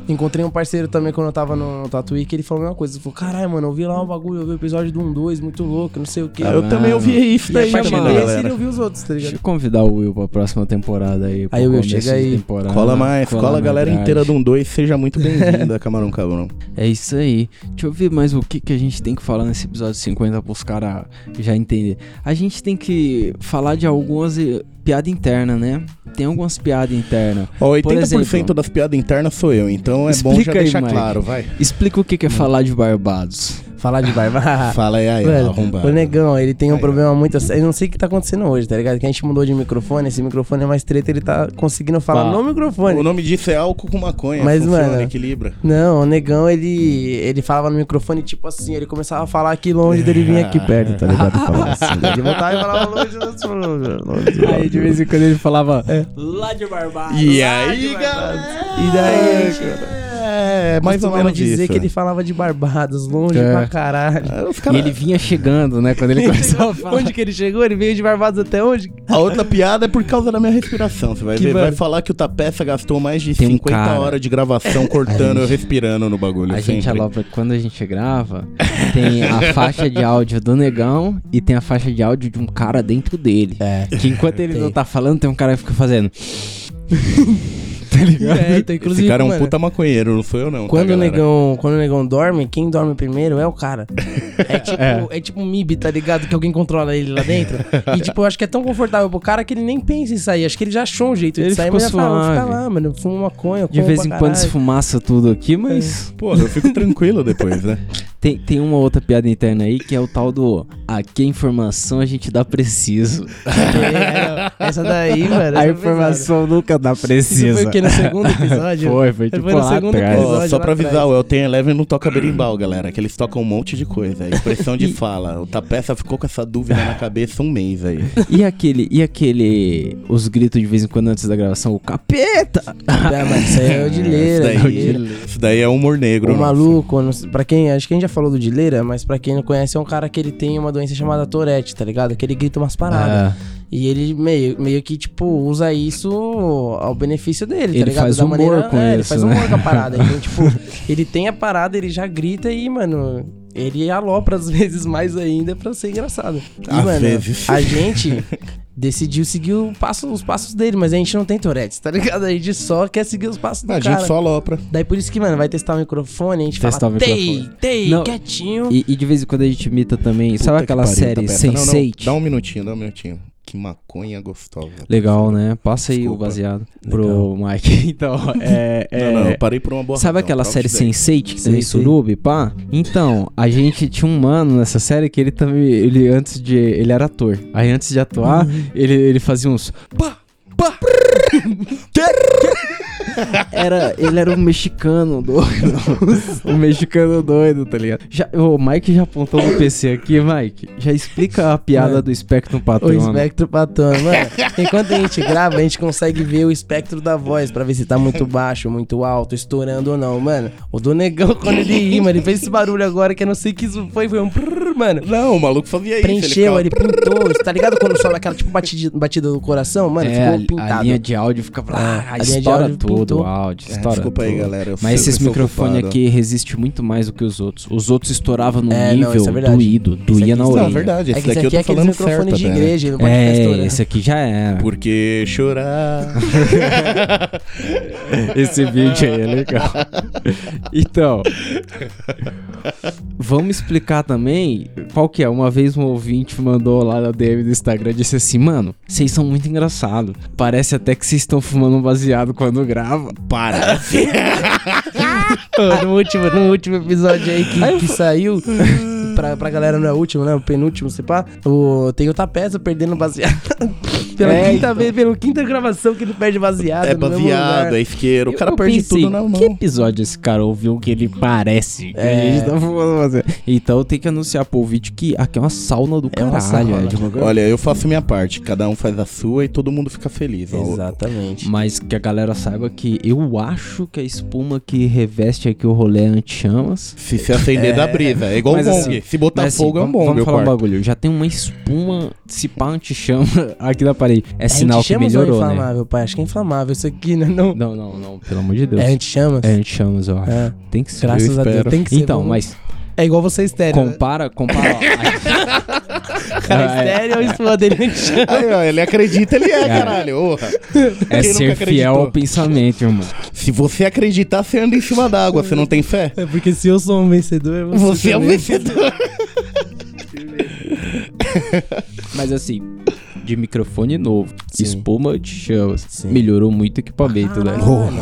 S3: Encontrei um parceiro também quando eu tava no Tatuí que ele falou a mesma coisa. Ele falou: caralho, mano, eu vi lá um bagulho, eu vi o episódio do 1, 2, muito louco, não sei o quê.
S1: eu também ouvi isso
S3: E a
S1: daí,
S3: partir
S1: mano,
S3: desse
S1: galera.
S3: ele ouviu os outros, tá
S2: Deixa
S3: ligado?
S2: eu convidar o Will pra próxima temporada aí. pro
S3: Aí, Will,
S2: começo
S3: chega
S2: de
S3: aí.
S2: temporada.
S1: Cola mais, cola, a
S2: na
S1: galera
S2: grade.
S1: inteira do 1 2, seja muito bem-vinda, Camarão Cabrão.
S2: É isso aí. Deixa eu ver mais o que, que a gente tem que falar nesse episódio 50 pros caras já entender. A gente tem que falar de algumas eh, piada interna, né? Tem algumas piadas internas.
S1: Ó,
S2: Por
S1: 80%
S2: exemplo.
S1: das piadas internas sou eu, então é bom
S2: Explica
S1: já
S2: aí,
S1: deixar
S2: Mike.
S1: claro, vai.
S2: Explica o que, que é falar de Barbados.
S3: Falar de barba.
S1: Fala aí, aí,
S3: Velho,
S1: arrombado.
S3: Ah, o negão, ele tem um
S1: Aí, ó.
S3: problema muito sério. Eu não sei o que tá acontecendo hoje, tá ligado? Que a gente mudou de microfone, esse microfone é mais treta, ele tá conseguindo falar
S2: Tá.
S3: no microfone.
S1: O nome disso é álcool com maconha,
S3: Mas,
S1: funciona,
S3: mano,
S1: equilibra.
S3: Não, o negão, ele, ele falava no microfone tipo assim, ele começava a falar aqui longe dele vinha aqui perto, tá ligado? Falava assim, ele voltava e falava longe, longe, longe, longe.
S2: Aí de vez em quando ele falava lá de Barbados.
S1: E aí, galera?
S3: Ah, E daí,
S1: É, mais ou
S3: costumava
S1: menos
S3: dizer
S1: isso.
S3: que ele falava de Barbados, longe
S2: É.
S3: pra caralho.
S1: Ah, os
S2: E
S1: cara-
S2: ele vinha chegando, né? Quando ele
S1: É.
S2: começava a falar.
S3: Onde que ele chegou? Ele veio de Barbados até onde?
S1: A outra piada é por causa da minha respiração. Você vai
S3: Que
S1: ver,
S3: mano.
S1: vai falar que o Tapeça gastou mais de
S2: Tem um
S1: 50
S2: cara.
S1: horas de gravação cortando eu respirando no bagulho.
S2: A gente
S1: sempre.
S2: alopra quando a gente grava, tem a faixa de áudio do negão e tem a faixa de áudio de um cara dentro dele.
S3: É.
S2: Que enquanto ele
S3: Tem.
S2: não tá falando, tem um cara que fica fazendo.
S3: É, então, inclusive,
S1: Esse cara é um
S3: mano,
S1: puta maconheiro, não sou eu não. tá,
S3: Quando, o
S1: galera?
S3: negão, quando o negão dorme, quem dorme primeiro é o cara. É tipo, é. tipo um MIB, tá ligado? Que alguém controla ele lá dentro. E tipo, eu acho que é tão confortável pro cara que ele nem pensa em sair. Acho que ele já achou um jeito
S2: Ele
S3: de sair,
S2: ficou
S3: mas ele fala, "Vou ficar
S2: suave.
S3: lá, mano, fumo maconha,
S2: De vez em quando se fumaça tudo aqui,
S3: É.
S2: mas
S1: Pô, eu fico tranquilo depois, né?
S2: tem, tem uma outra piada interna aí que é o tal do aqui a informação a gente dá preciso.
S3: É, Essa daí, mano.
S2: a
S3: essa
S2: informação nunca dá
S3: foi pesada. um Isso
S2: precisa.
S3: foi o quê? No segundo episódio?
S2: Foi, foi
S3: Foi
S2: tipo
S3: no
S2: lá
S3: segundo
S2: atrás.
S3: episódio.
S1: Ó, É, só
S3: lá
S1: pra avisar,
S3: atrás.
S1: o Elton Eleven não toca berimbau, galera, que eles tocam um monte de coisa. É Expressão de fala. O Tapeça ficou com essa dúvida na cabeça um mês aí.
S2: E aquele, e aquele, os gritos de vez em quando antes da gravação, o capeta!
S3: Ah, mas isso aí é o de leira.
S1: Isso
S3: de
S1: daí,
S3: leira.
S1: isso daí é humor negro.
S3: O maluco, não sei- pra quem, acho que a gente já falou do Dileira, mas pra quem não conhece, é um cara que ele tem uma doença chamada Tourette, tá ligado? Que ele grita umas paradas.
S2: É.
S3: E ele meio, meio que, tipo, usa isso ao benefício dele,
S2: Ele
S3: tá ligado?
S2: faz
S3: da
S2: humor
S3: maneira,
S2: com
S3: é, ele
S2: isso,
S3: faz
S2: né?
S3: humor com a parada. Então, tipo, ele tem a parada, ele já grita e, mano, ele alopra às vezes mais ainda pra ser engraçado. E,
S1: Às
S3: mano,
S1: vezes.
S3: a gente decidiu seguir o passo- os passos dele, mas a gente não tem Tourette, tá ligado? A gente só quer seguir os passos do
S1: A
S3: cara.
S1: gente só alopra.
S3: Daí por isso que, mano, vai testar o microfone, a gente
S2: Testar
S3: fala,
S2: o
S3: tei,
S2: microfone."
S3: tei,
S2: Não.
S3: quietinho.
S2: E, e de vez em quando a gente imita também,
S1: Puta
S2: sabe
S1: que
S2: aquela
S1: pariu,
S2: série
S1: Tapeça. Não, não,
S2: Sense8?
S1: Dá um minutinho, dá um minutinho. Que maconha gostosa.
S2: Legal, né? Passa aí
S1: Desculpa.
S2: o baseado pro Mike. Então, é. é-
S1: Não, não, eu parei por uma boa
S2: Sabe
S1: razão,
S2: aquela
S1: prova
S2: série
S1: isso daí.
S2: Sense8 que
S3: Sei,
S2: tem
S3: sei.
S2: Surube, pá? Então, a gente tinha um mano nessa série que ele também, ele antes de, ele era ator. Aí antes de atuar, ele, ele fazia uns pá, pá. Era, ele era um mexicano doido. um mexicano doido, tá ligado? Já, o Mike já apontou no PC aqui, Mike. Já explica a piada
S3: Mano,
S2: do Spectrum
S3: O
S2: Patrônico.
S3: espectro patona, mano. Enquanto a gente grava, a gente consegue ver o espectro da voz pra ver se tá muito baixo, muito alto, estourando ou não, mano. O do negão, quando ele ri, mano, ele fez esse barulho agora que eu não sei o que isso foi, foi um prrr, mano.
S1: Não, o maluco fazia isso.
S3: Preencheu, ele
S1: ele
S3: pintou, tá ligado quando sobe aquela tipo batidi- batida do coração, mano?
S2: é,
S3: ficou
S2: a-
S3: pintado.
S2: A linha de áudio fica.
S3: Ah,
S2: Ah,
S3: a linha de
S2: estoura
S3: áudio
S2: tudo
S3: pintou.
S2: o áudio.
S1: É,
S2: Estoura
S1: desculpa aí,
S2: tudo.
S1: galera. eu
S2: Mas
S1: sei
S2: esses
S1: que eu sou
S2: microfones
S1: culpado.
S2: aqui resistem muito mais do que os outros. Os outros estouravam num
S3: É, não,
S2: nível
S3: isso é verdade.
S2: doído, doía
S3: aqui-
S2: na
S3: Não,
S1: Não, é
S2: orelha.
S1: verdade.
S3: É
S1: Esse
S3: que isso
S1: daqui eu
S3: aqui é
S1: tô falando
S3: aqueles
S1: certo.
S3: microfones de
S1: até, né?
S3: igreja, ele não pode ficar
S2: É,
S3: estourando.
S2: esse aqui já era.
S1: Porque chorar.
S2: Esse vídeo aí é legal. Então, vamos explicar também qual que é. Uma vez um ouvinte mandou lá na DM do Instagram disse assim: Mano, vocês são muito engraçados. Parece até que vocês estão fumando um baseado quando grava.
S1: Para.
S3: no, último, no último episódio aí que, que saiu. Pra, pra galera não é o último, né? O penúltimo, se pá. O, tem o Tapeza perdendo baseado. Pela
S1: É,
S3: quinta vez, pela quinta gravação que ele perde baseado.
S1: É
S3: Tá no mesmo
S1: baseado,
S3: lugar.
S1: é isqueiro. O
S3: Eu-
S1: cara
S3: eu
S1: perde
S3: pensei,
S1: tudo na mão. É.
S2: Que episódio esse cara ouviu que ele parece? que a gente tá falando assim? Então tem que anunciar pro ouvinte que aqui é uma sauna do
S3: É uma
S2: caralho.
S3: sauna.
S2: é de uma-
S1: Olha, eu faço minha parte, cada um faz a sua e todo mundo fica feliz. ó.
S3: Exatamente.
S2: Mas que a galera saiba que eu acho que a espuma que reveste aqui o rolê é anti-chamas.
S1: Se se acender da brisa. É igual o
S2: Mas
S1: Bong. Se botar
S2: Mas, assim,
S1: fogo é um
S2: vamos-
S1: Bong,
S2: Vamos
S1: meu
S2: falar um
S1: quarto.
S2: bagulho. Já tem uma espuma, se pá, anti-chama aqui na parede. É sinal que
S3: anti-chamas
S2: melhorou,
S3: ou é
S2: né?
S3: inflamável, pai? Acho que é inflamável isso aqui, né? Não.
S2: Não, não, não. Pelo amor de Deus.
S3: É anti-chamas?
S2: É anti-chamas, eu acho.
S3: É.
S2: Tem que ser.
S3: Graças a Deus.
S1: espero.
S3: Tem que ser.
S2: Então,
S3: vamos-
S2: mas
S3: É igual você estéreo. né?
S2: compara, compara.
S3: Cara,
S2: Ah,
S3: estéreo é espuma dele anti-chamas.
S1: Aí, ó, ele acredita, ele é, caralho. Porra.
S2: É
S1: Quem
S2: ser
S1: nunca
S2: fiel
S1: acreditou?
S2: ao pensamento, irmão.
S1: Se você acreditar, você anda em cima d'água. Você não tem fé?
S3: É porque se eu sou um vencedor, você,
S1: Você é um
S3: também.
S1: vencedor.
S2: Mas assim, de microfone novo,
S3: Sim.
S2: espuma de chamas,
S3: Sim.
S2: melhorou muito o equipamento, né?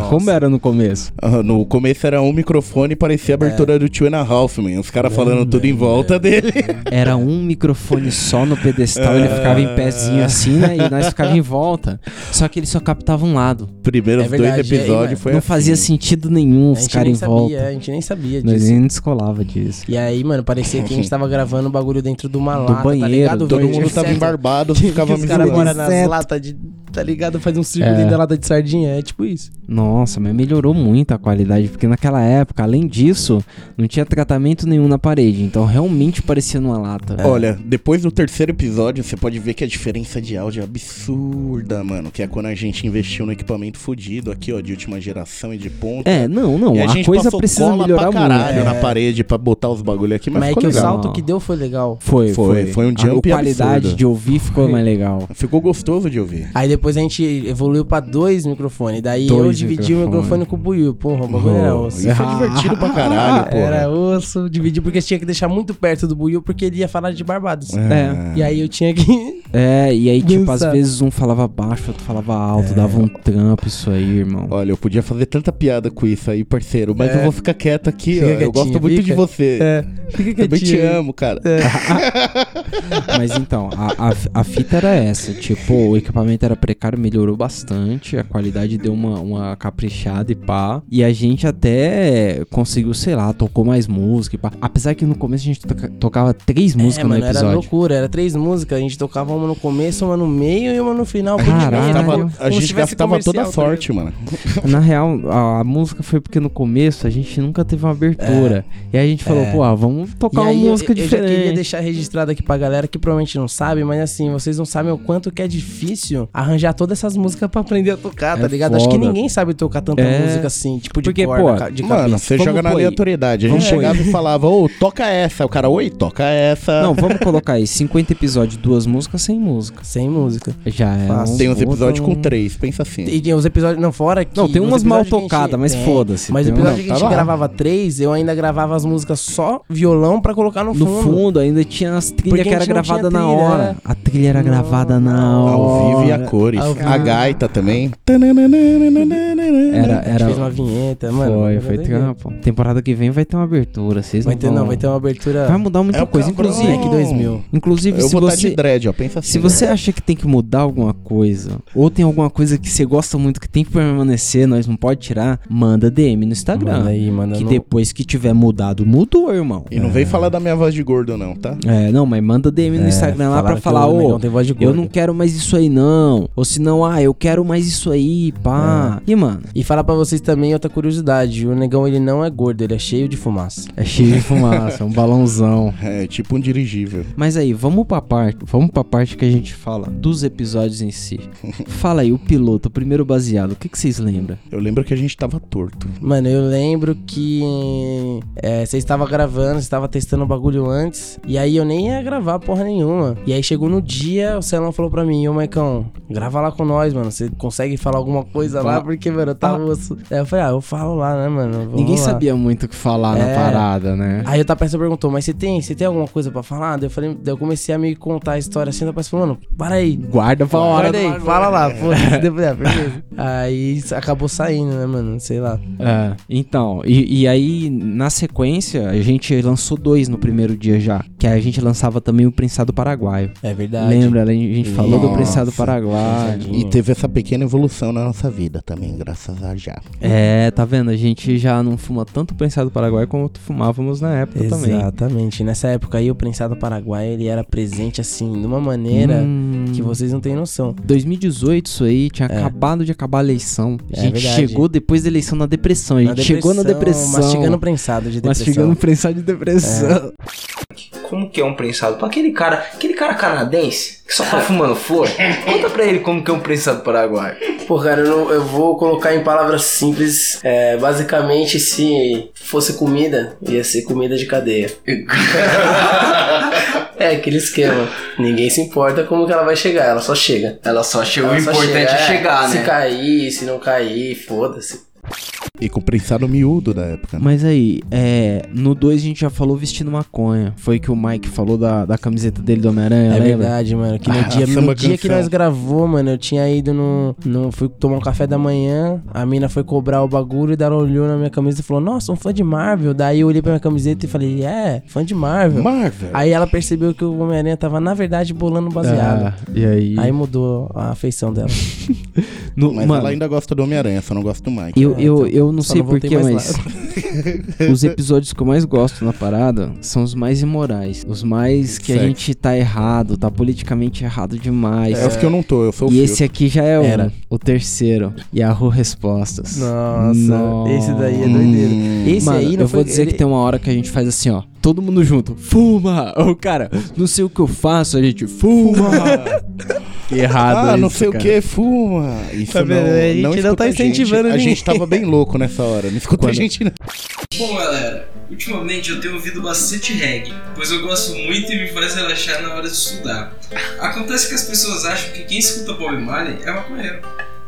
S2: Como era no começo?
S1: Ah, No começo era um microfone, parecia a
S2: É.
S1: abertura do Tio na Hoffman. Os caras falando tudo em volta dele.
S2: Era um microfone só no pedestal, ele ficava em pezinho assim, né? E nós ficava em volta. Só que ele só captava um lado.
S1: Primeiros
S3: É verdade,
S1: dois
S3: é,
S1: episódios
S3: mano,
S1: foi
S2: Não
S1: assim.
S2: fazia sentido nenhum
S3: A
S2: os
S3: gente
S2: caras
S3: nem
S2: em
S3: sabia,
S2: volta.
S3: a gente nem sabia
S2: Nós
S3: disso.
S2: nem descolava disso.
S3: E aí, mano, parecia que a gente tava gravando o bagulho dentro de uma lata, tá
S2: banheiro,
S3: ligado?
S1: Todo
S3: velho?
S1: mundo tava
S3: Inseto.
S1: embarbado,
S3: Que-
S1: ficava
S3: que
S1: me
S3: os caras
S1: zoando.
S3: moram nas latas de. Tá ligado? Faz um círculo
S2: É.
S3: dentro da lata de sardinha. É tipo isso.
S2: Nossa, mas melhorou muito a qualidade, porque naquela época, além disso, não tinha tratamento nenhum na parede. Então realmente parecia numa lata.
S3: É.
S1: Olha, depois do terceiro episódio, você pode ver que a diferença de áudio é absurda, mano. Que é quando a gente investiu no equipamento fudido aqui, ó, de última geração e de ponta.
S2: É, não, não.
S1: E
S2: A,
S1: a gente
S2: coisa
S1: passou
S2: precisa
S1: cola
S2: melhorar
S1: pra caralho
S2: muito.
S1: na parede pra botar os bagulho aqui, mas,
S3: É. Mas é
S1: ficou
S3: que o
S1: legal.
S3: salto que deu foi legal.
S2: Foi,
S1: Foi,
S2: foi.
S1: foi um jump
S2: A qualidade
S1: absurdo.
S2: de ouvir ficou mais legal.
S1: Ficou gostoso de ouvir.
S3: Aí depois a gente evoluiu pra dois microfones. Daí eu
S2: Dois
S3: dividi o
S2: microfone.
S3: microfone com o Buiu. Porra, o bagulho era
S1: Oh,
S3: osso.
S1: isso é divertido pra caralho, pô.
S3: Era osso, dividi porque tinha que deixar muito perto do Buiu porque ele ia falar de Barbados.
S2: É.
S3: E aí eu tinha que.
S2: É, e aí, tipo, às
S3: Dançado.
S2: vezes um falava baixo, outro falava alto, dava um trampo isso aí, irmão.
S1: Olha, eu podia fazer tanta piada com isso aí, parceiro, mas eu vou ficar quieto aqui,
S3: É. Fica
S1: ó. Eu gosto
S3: quietinho,
S1: muito de
S3: fica.
S1: você.
S3: É, fica
S1: Também te
S3: quietinho. É. aí.
S1: amo, cara.
S2: Mas então, a, a, a fita era essa. Tipo, o equipamento era precário, melhorou bastante. A qualidade deu uma, uma caprichada e pá. E a gente até conseguiu, sei lá, tocou mais música e pá. Apesar que no começo a gente toca- tocava três músicas
S3: é, mano,
S2: no
S3: era
S2: episódio.
S3: loucura, era três músicas, a gente tocava uma no começo, uma no meio e uma no final. porque
S2: Caralho.
S3: tinha-
S1: Tava-
S2: Como
S1: a
S3: se
S1: gente
S3: tivesse
S1: gastava toda a
S3: comercial, tá
S1: sorte, mano.
S2: Na real, a, a música foi porque no começo a gente nunca teve uma abertura. E aí a gente falou, pô, ah, vamos
S3: É. E
S2: tocar uma
S3: aí, eu-
S2: música
S3: eu,
S2: diferente.
S3: já queria deixar registrado aqui pra galera que provavelmente não sabe, mas assim, vocês não sabem o quanto que é difícil arranjar todas essas músicas pra aprender a tocar, tá
S2: É
S3: ligado? Acho que
S2: foda.
S3: ninguém sabe tocar tanta
S2: É.
S3: música assim, tipo de
S2: Porque,
S3: corda,
S2: pô,
S3: ca- de cabeça.
S1: Mano, você
S2: Vamos
S1: joga na
S2: pôr aí.
S1: aleatoriedade. A gente
S2: Vamos pôr
S1: chegava e falava, ô, toca essa. O cara, oi, toca essa.
S2: Não, vamos colocar aí 50 episódios, duas músicas, sem música.
S3: Sem música.
S2: Já é.
S3: Fácil.
S2: um
S1: Tem uns
S2: puta-
S1: episódios com três, pensa assim.
S3: E tinha os episódios, não, fora que...
S2: Não, tem
S3: os
S2: umas mal
S3: episódios que a gente-
S2: tocadas, mas
S3: tem.
S2: foda-se.
S3: Mas o
S2: tem
S3: episódio
S2: um-
S3: que a gente
S1: tá lá.
S3: gravava três, eu ainda gravava as músicas só violão pra colocar no
S2: No
S3: fundo.
S2: fundo ainda tinha as trilhas
S3: Porque
S2: que
S3: a
S2: era
S3: gente não tinha
S2: gravada na
S3: trilha,
S2: hora.
S3: é.
S2: A trilha era gravada na hora.
S1: Ao vivo e a cores. A gaita também.
S2: Era,
S3: A gente
S2: era.
S3: fez uma vinheta, mano.
S2: foi,
S3: Era
S2: foi
S3: doideira.
S2: trampo. Temporada que vem vai ter uma abertura, vocês
S3: Vai
S2: não
S3: ter,
S2: vão-
S3: não, vai ter uma abertura...
S2: Vai mudar muita
S1: É o
S2: coisa,
S1: cabrão.
S2: inclusive.
S3: Black 2000.
S2: Inclusive,
S1: Eu
S2: se
S1: vou estar
S2: você.
S1: de dread, ó, pensa assim.
S2: Se você acha que tem que mudar alguma coisa, ou tem alguma coisa que você gosta muito que tem que permanecer, nós não pode tirar, manda DM no Instagram.
S3: Manda aí, manda
S2: que
S3: no-
S2: depois que tiver mudado, mudou, irmão.
S1: E não vem falar da minha voz de gordo, não, tá?
S2: É, não, mas manda DM no
S3: É,
S2: Instagram lá pra
S3: falaram que
S2: falar,
S3: o
S2: ô,
S3: negão tem voz de
S2: eu
S3: gordo.
S2: não quero mais isso aí não. Ou se não, ah, eu quero mais isso aí, pá. E, mano,
S3: É. E falar pra vocês também outra curiosidade, o negão ele não é gordo, ele é cheio de fumaça.
S2: é cheio de fumaça, é um balãozão.
S1: É tipo um dirigível.
S2: Mas aí, vamos pra parte, vamos pra parte que a gente fala dos episódios em si. Fala aí, o piloto, o primeiro baseado, o que que vocês lembram?
S1: Eu lembro que a gente tava torto.
S3: Mano, eu lembro que é, você estava gravando, você estava testando o bagulho antes, e aí eu nem ia gravar porra nenhuma. E aí chegou no dia, o Celão falou pra mim, ô Maicão, grava lá com nós, mano, você consegue falar alguma coisa lá? Porque, mano, eu tava osso. Aí eu falei, ah, eu falo lá, né, mano? Vamos
S2: Ninguém
S3: lá.
S2: sabia muito o que falar na
S3: É.
S2: parada, né?
S3: Aí o Tapeça perguntou, mas você tem, você tem alguma coisa pra falar? Daí eu falei, daí eu comecei a me contar a história assim, o rapaz falou, mano, para aí.
S10: Guarda pra hora.
S3: Guarda aí, fala lá. foda-se, depois- é, beleza. Aí s- acabou saindo, né, mano? Sei lá.
S2: É, então, e, e aí na sequência a gente lançou dois no primeiro dia já, que aí a gente lançava também o Prensado Paraguaio.
S3: É verdade.
S2: Lembra? A gente falou do
S1: Nossa.
S2: Prensado Paraguaio.
S1: E teve essa pequena evolução na nossa vida também, graças a já.
S2: É, tá vendo? A gente já não fuma tanto Prensado Paraguaio quanto fumávamos na época também.
S3: Exatamente. Nessa época aí, o Prensado Paraguai, ele era presente, assim, de uma maneira
S2: Hum,
S3: que vocês não têm noção.
S2: 2018 isso aí, tinha acabado de acabar a eleição. A
S3: É
S2: gente
S3: verdade.
S2: chegou depois da eleição na depressão, a gente
S3: Na
S2: chegou na depressão.
S3: Mastigando prensado de depressão. É.
S2: Mastigando prensado de depressão.
S11: Como que é um prensado? Pra aquele cara, aquele cara canadense que só tá fumando flor, conta pra ele como que é um prensado paraguaio.
S3: Pô, cara, eu, não- eu vou colocar em palavras simples. É, basicamente, se fosse comida, ia ser comida de cadeia. é aquele esquema. Ninguém se importa como que ela vai chegar, ela só chega.
S11: Ela só achou o
S3: Ela só
S11: importante
S3: chega,
S11: é chegar,
S3: se
S11: né?
S3: cair, se não cair, foda-se.
S1: E com o prensado miúdo da época. né?
S2: Mas aí, é, no 2 a gente já falou vestindo maconha. Foi que o Mike falou da, da camiseta dele do Homem-Aranha,
S3: É
S2: lembra?
S3: verdade, mano. Que no
S1: Ah,
S3: dia,
S1: samba
S3: no dia que
S1: canção.
S3: nós gravou, mano, eu tinha ido no, no. Fui tomar um café da manhã, a mina foi cobrar o bagulho e daí ela olhou na minha camisa e falou, nossa, um fã de Marvel. Daí eu olhei pra minha camiseta e falei, é, fã de Marvel.
S1: Marvel.
S3: Aí ela percebeu que o Homem-Aranha tava, na verdade, bolando baseado.
S2: Ah, e aí,
S3: Aí mudou a afeição dela.
S2: no-
S1: Mas
S2: mano,
S1: ela ainda gosta do Homem-Aranha, só não gosta do Mike.
S2: eu,
S3: Ah,
S2: eu,
S3: então,
S2: eu não
S3: só
S2: sei
S3: não voltei
S2: porquê,
S3: mais
S2: mas os episódios que eu mais gosto na parada são os mais imorais. Os mais que a
S1: Certo.
S2: gente tá errado, tá politicamente errado demais.
S1: É os que eu não tô, eu sou o
S2: E
S1: Phil.
S2: esse aqui já é o,
S3: Era.
S2: o terceiro. Yahoo Respostas.
S3: Nossa, esse daí é
S1: Hum.
S3: doideiro. Esse
S2: Mano,
S3: aí não
S2: eu
S3: foi-
S2: vou dizer
S3: ele-
S2: que tem uma hora que a gente faz assim, ó. Todo mundo junto. Fuma! O cara, não sei o que eu faço, a gente fuma! que errado
S1: Ah, não
S2: isso,
S1: sei o
S2: cara.
S1: que, fuma. Isso
S3: Tá vendo?
S1: não,
S3: A gente não
S1: escuta
S3: tá incentivando
S1: a gente. A
S3: ninguém.
S1: gente tava bem louco nessa hora, não escuta a
S2: Quando-
S1: gente não.
S12: Bom, galera, ultimamente eu tenho ouvido bastante reggae, pois eu gosto muito e me faz relaxar na hora de estudar. Acontece que as pessoas acham que quem escuta Bob Marley é maconheiro.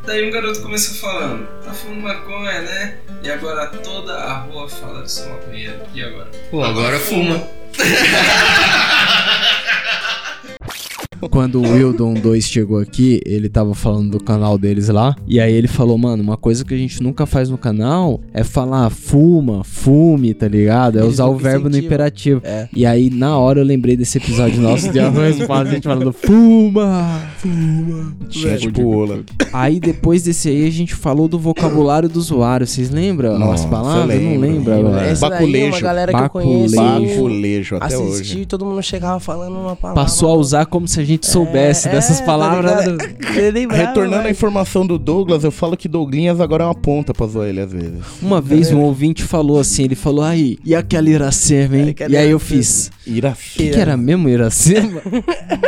S12: Daí um garoto começou falando, tá falando maconha, né? E agora toda a rua fala que sou maconheiro. E agora? Pô, agora fuma.
S2: Quando o Wildon 2 chegou aqui, ele tava falando do canal deles lá. E aí ele falou, mano, uma coisa que a gente nunca faz no canal é falar fuma, fume, tá ligado? É
S3: Eles
S2: usar o
S3: nunca
S2: verbo no
S3: incentivam.
S2: imperativo.
S3: É.
S2: E aí, na hora, eu lembrei desse episódio nosso de Yahoo Respostas, a gente falando fuma, fuma.
S1: Tinha tipo ola.
S2: Aí depois desse aí a gente falou do vocabulário do usuário. Vocês lembram as
S1: Nossa,
S2: palavras?
S1: eu
S2: Não
S1: lembro.
S2: lembro agora.
S3: Essa daí é uma
S1: Baculejo.
S3: galera que eu conheço.
S1: Baculejo até
S3: Assisti
S1: hoje.
S3: e todo mundo chegava falando uma palavra.
S2: Passou a usar como se a gente soubesse
S3: É,
S2: dessas
S3: é,
S2: palavras.
S3: tá
S2: né?
S3: Eu lembrava,
S1: Ah, Retornando à
S3: mas-
S1: informação do Douglas, eu falo que Douglinhas agora é uma ponta pra zoar ele às vezes.
S3: É.
S2: Uma vez um ouvinte falou assim, ele falou, aí, e aquela Iracema, hein?
S3: Aquela
S2: E aí eu
S3: Iracema.
S2: fiz, o que,
S1: Iracema.
S2: que era mesmo Iracema?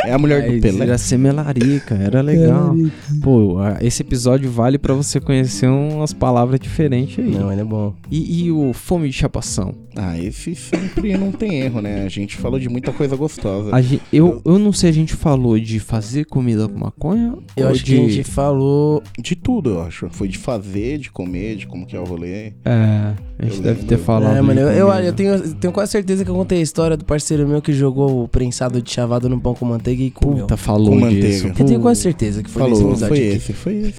S1: É a mulher
S2: Aí,
S1: do Pelé.
S2: Iracema é larica, era legal. Pô, a- esse episódio vale pra você conhecer umas palavras diferentes aí.
S3: Não, ele é bom.
S2: E, e o fome de chapação?
S1: Ah, esse sempre não tem erro, né? A gente falou de muita coisa gostosa.
S2: A gen- eu, eu não sei, a gente falou de fazer comida com maconha?
S3: Eu
S2: ou
S3: acho
S2: de...
S3: que a gente falou.
S1: De tudo, eu acho. Foi de fazer, de comer, de como que é o rolê.
S2: É, a gente
S1: Eu
S2: deve
S1: lembro.
S2: ter falado.
S3: É, mano,
S2: de
S3: eu, eu,
S2: comida.
S3: eu tenho, eu tenho quase certeza que eu contei a história do parceiro meu que jogou o prensado de chavado no pão com manteiga e comeu.
S2: Puta, falou
S1: Com
S2: disso.
S1: manteiga.
S3: eu tenho quase certeza que foi nesse
S1: Falou,
S3: episódio
S1: foi
S3: aqui.
S1: esse, foi esse.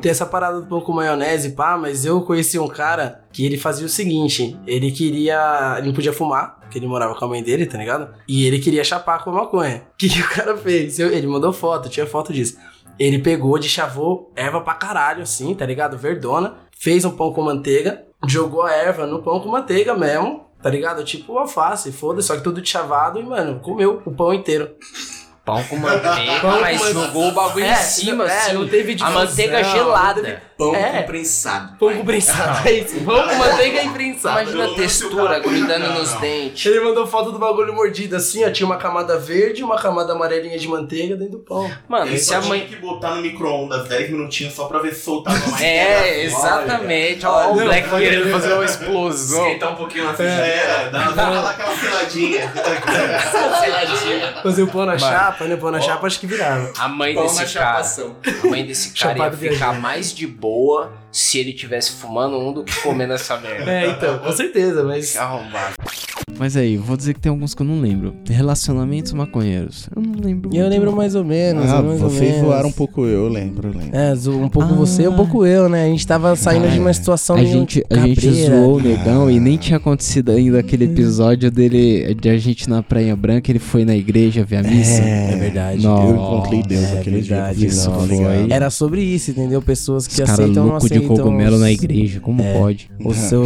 S3: Tem essa parada do pão com maionese, pá, mas eu conheci um cara que ele fazia o seguinte: ele queria. Ele não podia fumar, porque ele morava com a mãe dele, tá ligado? E ele queria chapar com a maconha. O que, que o cara fez? Eu- ele mandou foto, tinha foto disso. Ele pegou, deschavou erva pra caralho, assim, tá ligado? Verdona. Fez um pão com manteiga, jogou a erva no pão com manteiga mesmo, tá ligado? Tipo alface, foda-se, só que tudo deschavado e, mano, comeu o pão inteiro.
S9: Pão com manteiga, Ah, mas jogou o bagulho em cima, assim.
S3: É, teve
S9: a manteiga gelada. né?
S12: Pão
S3: É.
S12: com prensado.
S3: Pão com prensado, é isso. Pão com manteiga e prensado.
S9: Imagina a textura grudando nos dentes.
S3: Ele mandou foto do bagulho mordido assim, ó. Tinha uma camada verde, uma camada amarelinha de manteiga dentro do pão.
S9: Mano,
S13: Ele
S9: e se
S13: só
S9: a
S13: tinha
S9: mãe.
S13: que botar no micro-ondas 10 minutinhos só pra ver se soltava mais.
S9: É, exatamente. Olha o Black querendo fazer uma explosão.
S13: Esquentar um pouquinho na frigideira, dá dá pra dar aquela seladinha.
S3: Fazer o pão na
S9: Mano.
S3: chapa, né? Pão na chapa acho que virava.
S9: A mãe
S12: Pão na
S9: desse cara.
S13: assim.
S12: chapação.
S9: A mãe desse cara ia
S3: Chapado
S9: ficar mais de boa se ele tivesse fumando um do que comendo essa merda.
S3: É, então, com certeza, mas.
S9: Arrombado.
S2: Mas aí, vou dizer que tem alguns que eu não lembro. Relacionamentos maconheiros. Eu não lembro.
S3: E eu
S2: muito,
S3: lembro
S2: não.
S3: mais ou menos.
S1: Ah,
S3: mais ou
S1: vocês
S3: menos.
S1: zoaram um pouco eu, eu lembro, eu lembro.
S3: É, zo- um pouco
S2: Ah.
S3: você, um pouco eu, né? A gente tava saindo de uma situação
S2: A
S3: meio
S2: gente, a gente
S3: cabreira. Uhum.
S2: zoou o negão e nem tinha acontecido ainda aquele episódio dele de a gente na Praia Branca, ele foi na igreja ver a missa.
S3: É verdade.
S2: Nossa,
S1: eu encontrei Deus
S3: é
S1: aquele
S3: verdade,
S1: dia. Isso tá
S2: não,
S1: foi.
S3: Era sobre isso, entendeu? Pessoas que
S2: Os caras
S3: aceitam ou não
S2: loucos de
S3: aceitam
S2: cogumelo
S3: os-
S2: na igreja, como pode?
S3: o seu,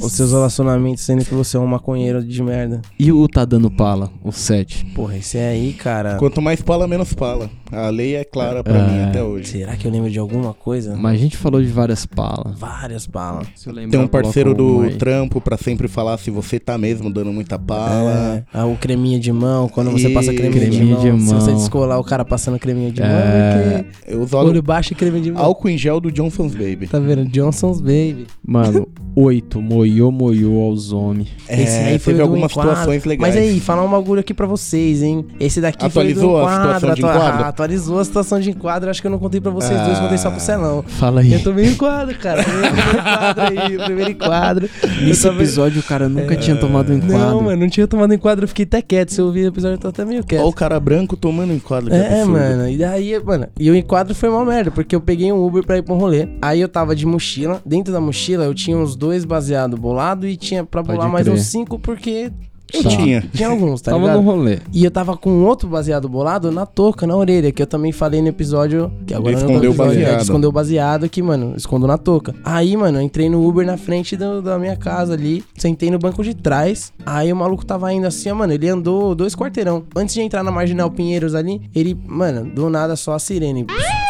S3: os seus relacionamentos, sendo que você é um maconheiro de merda.
S2: E o Tá Dando Pala, o 7.
S3: Porra, esse é aí, cara.
S1: Quanto mais pala, menos pala. A lei é clara pra
S2: Ah,
S1: mim até hoje.
S3: Será que eu lembro de alguma coisa?
S2: Mas a gente falou de várias palas.
S3: Várias balas.
S1: Tem um parceiro do trampo pra sempre falar se você tá mesmo dando muita pala.
S3: É, ah, o creminha de mão, quando você
S1: E-
S3: passa creminha,
S2: Creminha
S3: de, mão,
S2: de
S3: Se você
S2: mão.
S3: descolar o cara passando creminha de mão, é que...
S1: Eu uso
S3: olho baixo e creminha de mão.
S1: álcool em gel do Johnson's Baby.
S3: Tá vendo? Johnson's Baby.
S2: Mano, 8. Moiô, moiô aos homens.
S1: É,
S3: Esse daí
S1: teve
S3: foi o do
S1: algumas
S3: enquadro.
S1: situações legais.
S3: Mas aí, falar um bagulho aqui pra vocês, hein? Esse daqui
S1: Atualizou
S3: foi do
S1: a
S3: enquadro,
S1: situação de
S3: atua-
S1: enquadro?
S3: Ah, atualizou a situação de enquadro. Acho que eu não contei pra vocês
S1: Ah.
S3: dois, contei só pro Celão.
S2: Fala aí.
S3: Eu tô meio enquadro, cara. um Primeiro enquadro aí, primeiro enquadro.
S2: Nesse
S3: Eu tô meio-
S2: episódio o cara nunca tinha tomado um quadro.
S3: Não, mano, não tinha tomado enquadro, eu fiquei até quieto. Se eu ouvir o episódio, eu tô até meio quieto.
S1: Olha o cara branco tomando enquadro. que
S3: É,
S1: absurdo.
S3: mano. E daí, mano, e o enquadro foi uma merda, porque eu peguei um Uber pra ir pra um rolê. Aí eu tava de mochila. Dentro da mochila eu tinha uns dois baseado bolado e tinha pra
S2: Pode
S3: bolar mais
S2: crer.
S3: uns cinco, porque
S1: Eu
S2: Tá.
S1: tinha.
S3: tinha alguns, tá
S2: Tava
S3: ligado?
S2: no rolê.
S3: E eu tava com outro baseado bolado na touca, na orelha, que eu também falei no episódio. Que agora
S1: De
S3: não é
S1: esconder o
S3: episódio, né? De
S1: baseado.
S3: Esconder o baseado, que, mano, escondo na touca. Aí, mano, eu entrei no Uber na frente do- da minha casa ali, sentei no banco de trás. Aí o maluco tava indo assim, ó, mano, ele andou dois quarteirão. Antes de entrar na Marginal Pinheiros ali, ele, mano, do nada só a sirene.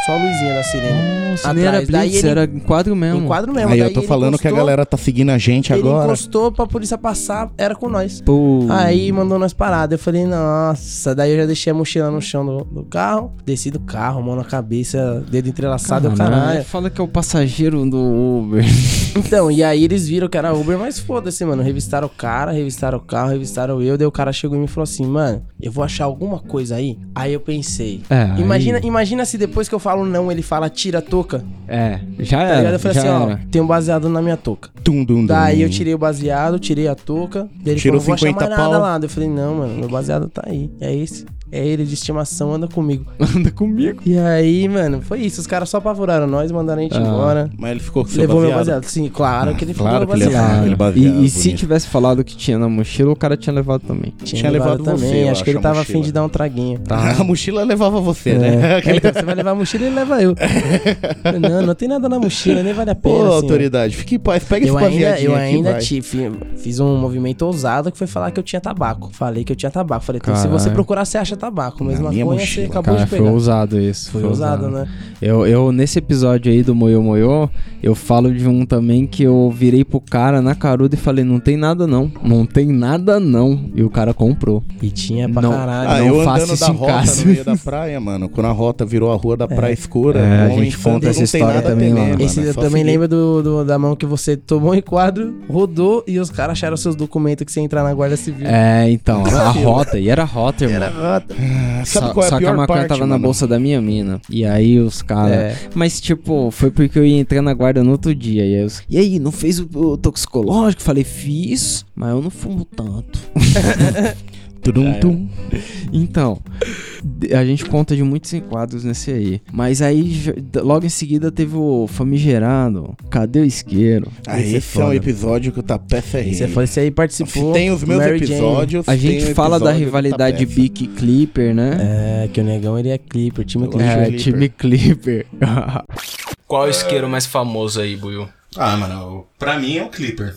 S3: Só a luzinha da sirene.
S2: Nossa, nem Hum, era
S3: Atrás. Daí
S2: blitz,
S3: ele-
S2: era enquadro mesmo.
S3: Enquadro mesmo.
S1: Aí
S3: daí
S1: eu tô
S3: ele
S1: falando que a
S3: encostou,
S1: galera tá seguindo a gente
S3: Ele
S1: agora.
S3: encostou pra polícia passar, era com nós.
S2: Pô.
S3: Aí mandou nós parar. Daí Eu falei, nossa. Daí eu já deixei a mochila no chão do, do carro. Desci do carro, mão na cabeça, dedo entrelaçado,
S2: Caralho,
S3: caralho.
S2: Fala que é o passageiro do Uber.
S3: Então, e aí eles viram que era Uber, mas foda-se, mano. Revistaram o cara, revistaram o carro, revistaram eu. Daí o cara chegou e me falou assim, mano, eu vou achar alguma coisa aí. Aí eu pensei.
S2: É,
S3: Imagina,
S2: aí-
S3: imagina se depois que eu falo não, ele fala tira a touca.
S2: É, já
S3: Tá
S2: era.
S3: ligado? Eu falei
S2: já
S3: assim,
S2: era.
S3: ó, tem um baseado na minha touca.
S1: Tum, dum, dum.
S3: Daí eu tirei o baseado, tirei a touca. Daí ele
S1: Hum. Tirou
S3: falou, não vou achar
S1: 50
S3: mais nada
S1: pau.
S3: lá. Daí Eu falei, não, mano, meu baseado tá aí. É esse. É ele de estimação, anda comigo.
S2: Anda comigo.
S3: E aí, mano, foi isso. Os caras só apavoraram nós, mandaram a gente
S2: Ah.
S3: embora.
S1: Mas ele ficou com seu
S3: Levou meu
S1: baseado. Ah,
S3: baseado. Sim, claro que ele
S1: Claro
S3: ficou
S1: que
S3: meu
S1: ele
S3: baseado.
S1: Aquele
S2: E,
S1: baseado
S2: e se
S1: bonito.
S2: tivesse falado que tinha na mochila, o cara tinha levado também.
S1: Tinha levado você, eu
S3: Acho que ele
S1: acho, a
S3: tava afim
S1: mochila. Tá.
S3: de dar um traguinho.
S1: A mochila levava você, né?
S3: É. Então, você vai levar a mochila e ele leva eu. Falei, não, não tem nada na mochila, nem vale a pena.
S1: Pô,
S3: assim,
S1: autoridade, fique em paz. Pega
S3: Eu
S1: esse
S3: ainda,
S1: baseadinho
S3: eu
S1: aqui,
S3: ainda
S1: vai.
S3: ti- fi- fiz um movimento ousado que foi falar que eu tinha tabaco. Falei que eu tinha tabaco. Falei, então, se
S2: Caralho.
S3: você procurar, você acha tabaco. Mas
S1: Na minha
S3: maconha você
S1: mochila,
S3: acabou
S2: Cara,
S3: de
S2: foi
S3: pegar.
S2: ousado isso.
S3: Foi ousado, né?
S2: Eu, eu, nesse episódio aí do Moyo Moyo, eu falo de um também que eu virei pro cara na caruda e falei, não tem nada não, não tem nada não. E o cara comprou.
S3: E tinha pra
S2: Não.
S3: caralho.
S1: Ah,
S2: Não
S1: eu
S2: faça
S1: andando
S2: isso
S1: da
S2: em
S1: rota
S2: casa.
S1: no meio da praia, mano. Quando a rota virou a rua da praia escura,
S2: É, a
S1: homem
S2: gente
S1: santo
S2: conta
S1: não
S2: essa
S1: tem
S2: história
S1: nada a
S2: também
S1: temer,
S2: lá.
S1: mano,
S3: Esse
S1: é
S3: eu
S1: só
S3: também
S1: seguir.
S3: lembro do, do- da mão que você tomou em quadro, rodou e os caras acharam seus documentos que você ia entrar na Guarda Civil.
S2: É, então, a rota, e era rota, irmão.
S1: Ah, Sabe
S2: só,
S1: qual é
S2: só
S1: a
S2: que a
S1: pior
S2: maconha
S1: parte,
S2: tava na
S1: mano? É.
S2: bolsa da minha mina. E aí os caras. Mas, tipo, foi porque eu ia entrar na guarda no outro dia. E aí, os- e aí não fez o, o toxicológico? Falei, fiz, mas eu não fumo tanto.
S1: Tudum, tum.
S2: Então, de- a gente conta de muitos enquadros nesse aí. Mas aí, j- d- logo em seguida, teve o famigerado. Cadê o isqueiro?
S1: Ah, esse, é um episódio que o Tapeça é
S3: Você
S1: rico.
S3: falou, você aí participou.
S1: Tem os meus
S3: Mary Jane.
S1: episódios.
S2: A
S1: tem
S2: gente
S1: o
S2: fala da
S1: episódio do
S2: rivalidade
S1: Tapeça.
S2: Bic e Clipper, né?
S3: É, que o negão ele é clipper, time
S1: Eu
S3: clipper.
S1: acho.
S2: É,
S1: Clipper.
S2: time Clipper.
S9: Qual é o isqueiro mais famoso aí, Buiu?
S13: Ah, mano, pra mim é o Clipper.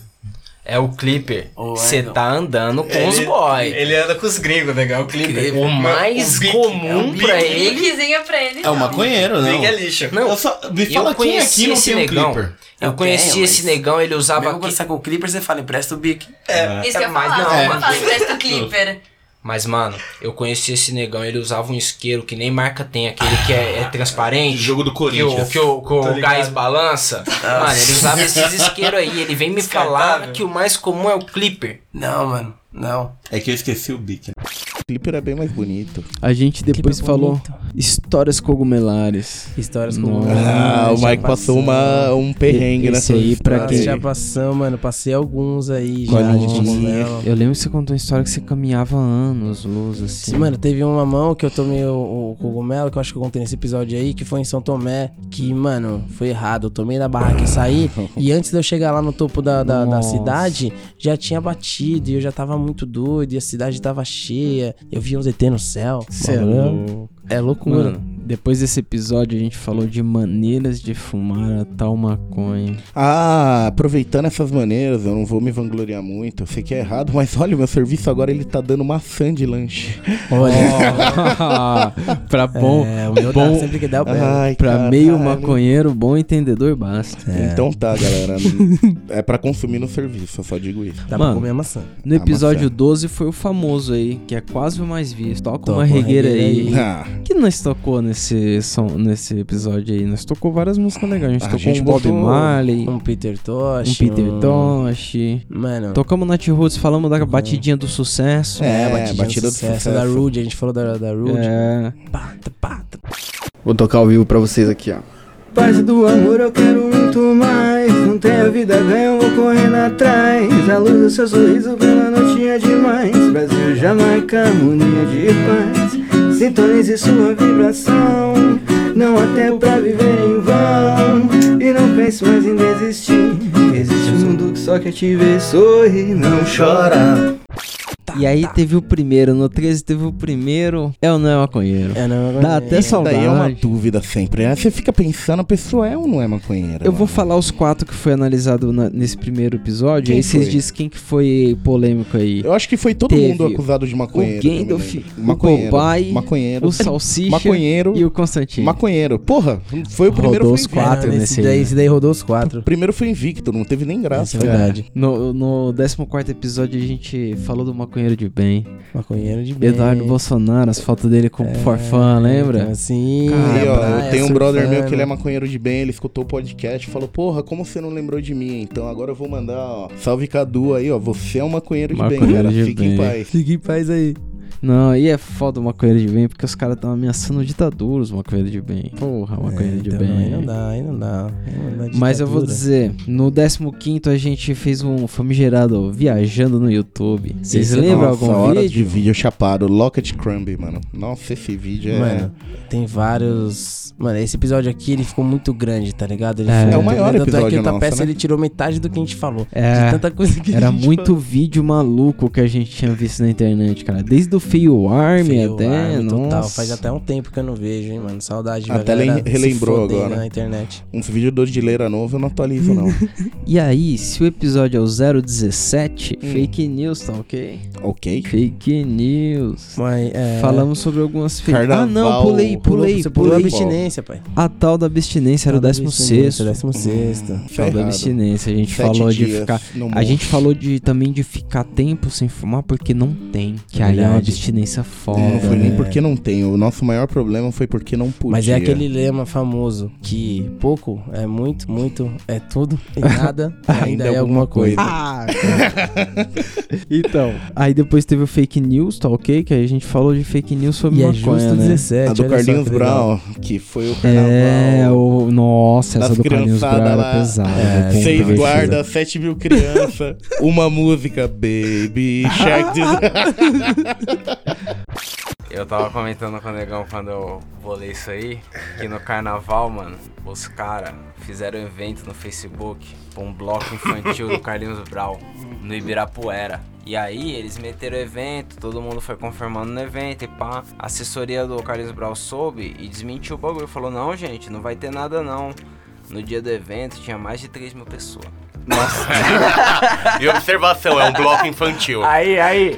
S9: É o Clipper. Você tá
S3: é,
S9: andando com os boys.
S11: Ele anda com os gringos, legal. O clipe.
S9: O
S11: É
S9: mais
S11: um
S9: comum pra ele
S14: Um Linkzinho pra ele. então.
S13: É o maconheiro, não.
S11: lixo.
S9: Não,
S13: Eu só- me
S9: eu
S13: fala quem
S9: conheci
S13: aqui não
S9: esse
S13: tem um
S9: negão.
S13: Clipper.
S9: Eu
S11: Eu
S9: conheci
S11: tenho,
S9: esse
S11: mas-
S9: negão, ele usava.
S11: Mesmo quando
S9: aqui-
S11: você tá com o Clipper, você fala, empresta o bico.
S14: Isso que eu ia
S9: Mas
S14: falar.
S9: não,
S14: Não,
S9: é.
S14: eu falo empresta o Clipper.
S9: Mas, mano, eu conheci esse negão, ele usava um isqueiro que nem marca tem, aquele que é, é transparente.
S13: Jogo do
S9: Que o,
S13: Corinthians.
S9: que o, que
S11: Tá
S9: o
S13: ligado.
S9: gás balança. Mano, ele usava esses isqueiros aí. Ele vem me falar que o mais comum é o clipper.
S11: Não, mano. Não.
S13: É que eu esqueci o Bic.
S1: O Clipper é bem mais bonito.
S2: A gente depois falou. Histórias cogumelares.
S3: Histórias
S2: Nossa.
S3: como.
S1: Ah, o
S3: Já
S1: Mike passou uma, um perrengue
S2: Esse
S1: nessa
S2: aí, pra
S1: história
S3: Nossa,
S2: quem-
S3: já passamos, mano. Passei alguns aí
S1: Quando
S3: já
S1: a
S3: de
S1: gente-
S3: cogumelo.
S2: Eu lembro que você contou uma história que você caminhava anos, luz, assim.
S3: Sim, mano, teve uma mão que eu tomei o, o cogumelo, que eu acho que eu contei nesse episódio aí, que foi em São Tomé, que, mano, foi errado. Eu tomei na barraca e saí, e antes de eu chegar lá no topo da, da, da
S2: Nossa.
S3: cidade, já tinha batido, e eu já tava muito doido, e a cidade tava cheia. Eu vi uns ET no céu.
S2: Cê é
S3: Mano, É loucura.
S2: Mano, depois desse episódio a gente falou de maneiras de fumar a tal maconha.
S1: Ah, aproveitando essas maneiras, eu não vou me vangloriar muito. Eu sei que é errado, mas olha, o meu serviço agora ele tá dando maçã de lanche.
S3: Olha,
S2: pra bom,
S3: é, o meu dá
S2: bom-
S3: sempre que der o pé.
S1: Ai,
S2: pra
S1: caralho.
S2: meio maconheiro, bom entendedor basta.
S1: Então tá, galera. é pra consumir no serviço, eu só digo isso.
S3: Dá pra
S2: mano,
S3: comer a maçã.
S2: No
S1: Ah,
S2: episódio
S1: maçã.
S2: 12 foi o famoso aí, que é quase o mais visto. Toca,
S3: Toca
S2: uma regueira aí.
S1: Ah,
S2: que nós tocou nesse, som, nesse episódio aí? Nós tocou várias músicas legais. A gente
S1: A
S2: tocou
S1: gente
S2: um Bob
S1: botou
S2: Marley, um,
S3: Um Peter Tosh. um-
S2: Peter Tosh.
S3: Mano.
S2: Tocamos Nat Roots, falamos da batidinha do sucesso.
S1: É,
S3: batidinha
S1: batida do sucesso.
S3: da Rude, a gente falou da, da Rude. tá,
S2: É.
S3: Pata, pata.
S8: Vou tocar ao vivo pra vocês aqui, ó.
S10: Paz do amor eu quero muito mais. Não tenho vida ganha, eu vou correndo atrás. A luz do seu sorriso bela notinha demais. Brasil, Jamaica, harmonia de paz. Sintonize sua vibração. Não há tempo pra viver em vão. E não pense mais em desistir. Existe um mundo que só quer te ver sorrir. Não chora.
S3: tá,
S2: E aí teve o primeiro, no 13 teve o primeiro. É ou não é maconheiro?
S3: É, não,
S2: Dá até
S1: Essa
S2: saudade.
S1: daí é uma dúvida sempre. Aí você fica pensando, a pessoa é ou não é maconheira?
S2: Eu vou
S1: mano?
S2: falar os quatro que foi analisado na- nesse primeiro episódio.
S1: Quem
S2: aí vocês
S1: foi?
S2: dizem quem que foi polêmico aí.
S1: Eu acho que foi todo
S2: Teve
S1: mundo acusado de maconheiro.
S2: o
S1: que eu me
S2: Gandalf,
S1: lembro.
S2: o
S1: maconheiro,
S2: Popeye,
S1: maconheiro,
S2: O Salsicha
S1: maconheiro,
S2: e o Constantino.
S1: maconheiro. Porra, foi o primeiro
S2: Rodou
S1: foi
S2: os
S1: invicto.
S2: quatro
S3: É,
S2: nesse
S3: esse,
S2: aí,
S3: daí,
S2: né?
S3: esse daí rodou os quatro.
S1: O primeiro foi invicto, não teve nem graça.
S3: Essa é verdade.
S2: No, no 14 episódio a gente falou do maconheiro de bem.
S3: Maconheiro
S1: É.
S3: de bem.
S2: Eduardo Bolsonaro, as fotos dele com o Forfã,
S1: é.
S2: lembra?
S3: Assim,
S1: Aí,
S3: na
S1: ó,
S3: praia,
S1: eu tenho um brother meu que ele é
S3: surfando.
S1: maconheiro de bem, ele escutou o podcast e falou, porra, como você não lembrou de mim? Então agora eu vou mandar, ó, salve Cadu aí, ó, você é um maconheiro de bem,
S2: Maconheiro
S1: cara,
S2: de
S1: fique
S2: bem.
S1: em paz.
S3: Fique em paz aí.
S2: Não, e é foda o maconheiro de bem, porque os caras estão ameaçando ditadura, os maconheiro de bem. Porra,
S1: É,
S2: maconheiro de
S3: Então,
S2: bem.
S3: não, aí não dá, aí não dá. Aí não dá
S2: Mas eu vou
S3: ditadura.
S2: dizer, no 15 a gente fez um famigerado viajando no YouTube. Vocês
S3: Esse-
S2: lembram
S1: Nossa,
S2: algum
S1: horas
S2: vídeo?
S1: de vídeo chapado, Locket Crumb, mano. Nossa, esse vídeo é...
S3: Mano, tem vários. Mano, esse episódio aqui ele ficou muito grande, tá ligado? Ele
S2: É.
S3: foi
S2: É o
S3: muito
S1: maior
S3: grande, Tanto é que
S1: episódio
S3: outra
S1: nosso,
S3: peça
S1: né?
S3: ele tirou metade do que a gente falou.
S2: É.
S3: De tanta coisa que a
S2: Era
S3: gente
S2: muito
S3: falou.
S2: vídeo maluco que a gente tinha visto na internet, cara. Desde o Feio Army
S3: Feio,
S2: até.
S3: arme,
S2: nossa.
S3: total. Faz até um tempo que eu não vejo, hein, mano. Saudade velho.
S1: Até
S3: galera
S1: ele relembrou
S3: se fodendo
S1: agora.
S3: na internet.
S1: Uns vídeos do Dileira Novo eu não atualizo, não.
S2: E aí, se o episódio é o 017, fake news, tá ok?
S1: ok?
S2: Fake news.
S3: Mas, é...
S2: Falamos sobre algumas fake
S1: Carnaval.
S2: Ah, não, pulei,
S3: Pulou,
S2: pulei,
S3: você pulou a
S2: pulei.
S3: abstinência, pai.
S2: A tal da abstinência era o 16.
S3: Era o 16.
S1: Isso é
S2: Tal da
S1: errado.
S2: abstinência. A gente
S1: Sete
S2: falou de
S1: dias
S2: ficar.
S1: no
S2: A
S1: morro.
S2: gente falou de também de ficar tempo sem fumar porque não tem. Que aí é uma
S3: Verdade.
S2: abstinência foda.
S1: É, Não foi
S2: né?
S1: nem porque não tem. O nosso maior problema foi porque não podia.
S3: Mas é aquele lema famoso que pouco é muito, muito é tudo e nada ainda, é alguma coisa.
S2: Ah, cara. então, aí depois teve o fake news, tá ok? Que aí a gente falou de fake news sobre
S3: E é
S2: maconha,
S3: justo
S2: né?
S3: 17.
S1: A do
S3: olha só
S1: Carlinhos
S3: que legal.
S1: Brown, que foi o carnaval.
S2: É, o, nossa, essa
S1: Das
S2: do Carlinhos Brown
S1: criançada
S2: era
S1: lá.
S2: pesada. né?
S3: É,
S2: com
S1: Seis
S2: certeza.
S1: guardas, sete mil crianças, uma música, baby shark. diz-
S4: Eu tava comentando com o Negão quando eu bolei isso aí, que no carnaval, mano, os caras fizeram um evento no Facebook pra um bloco infantil do Carlinhos Brau, no Ibirapuera. E aí eles meteram o evento, todo mundo foi confirmando no evento e pá. A assessoria do Carlinhos Brau soube e desmentiu o bagulho. Falou, não, gente, não vai ter nada não. No dia do evento tinha mais de 3 mil pessoas.
S13: E observação, é um bloco infantil.
S4: Aí, aí,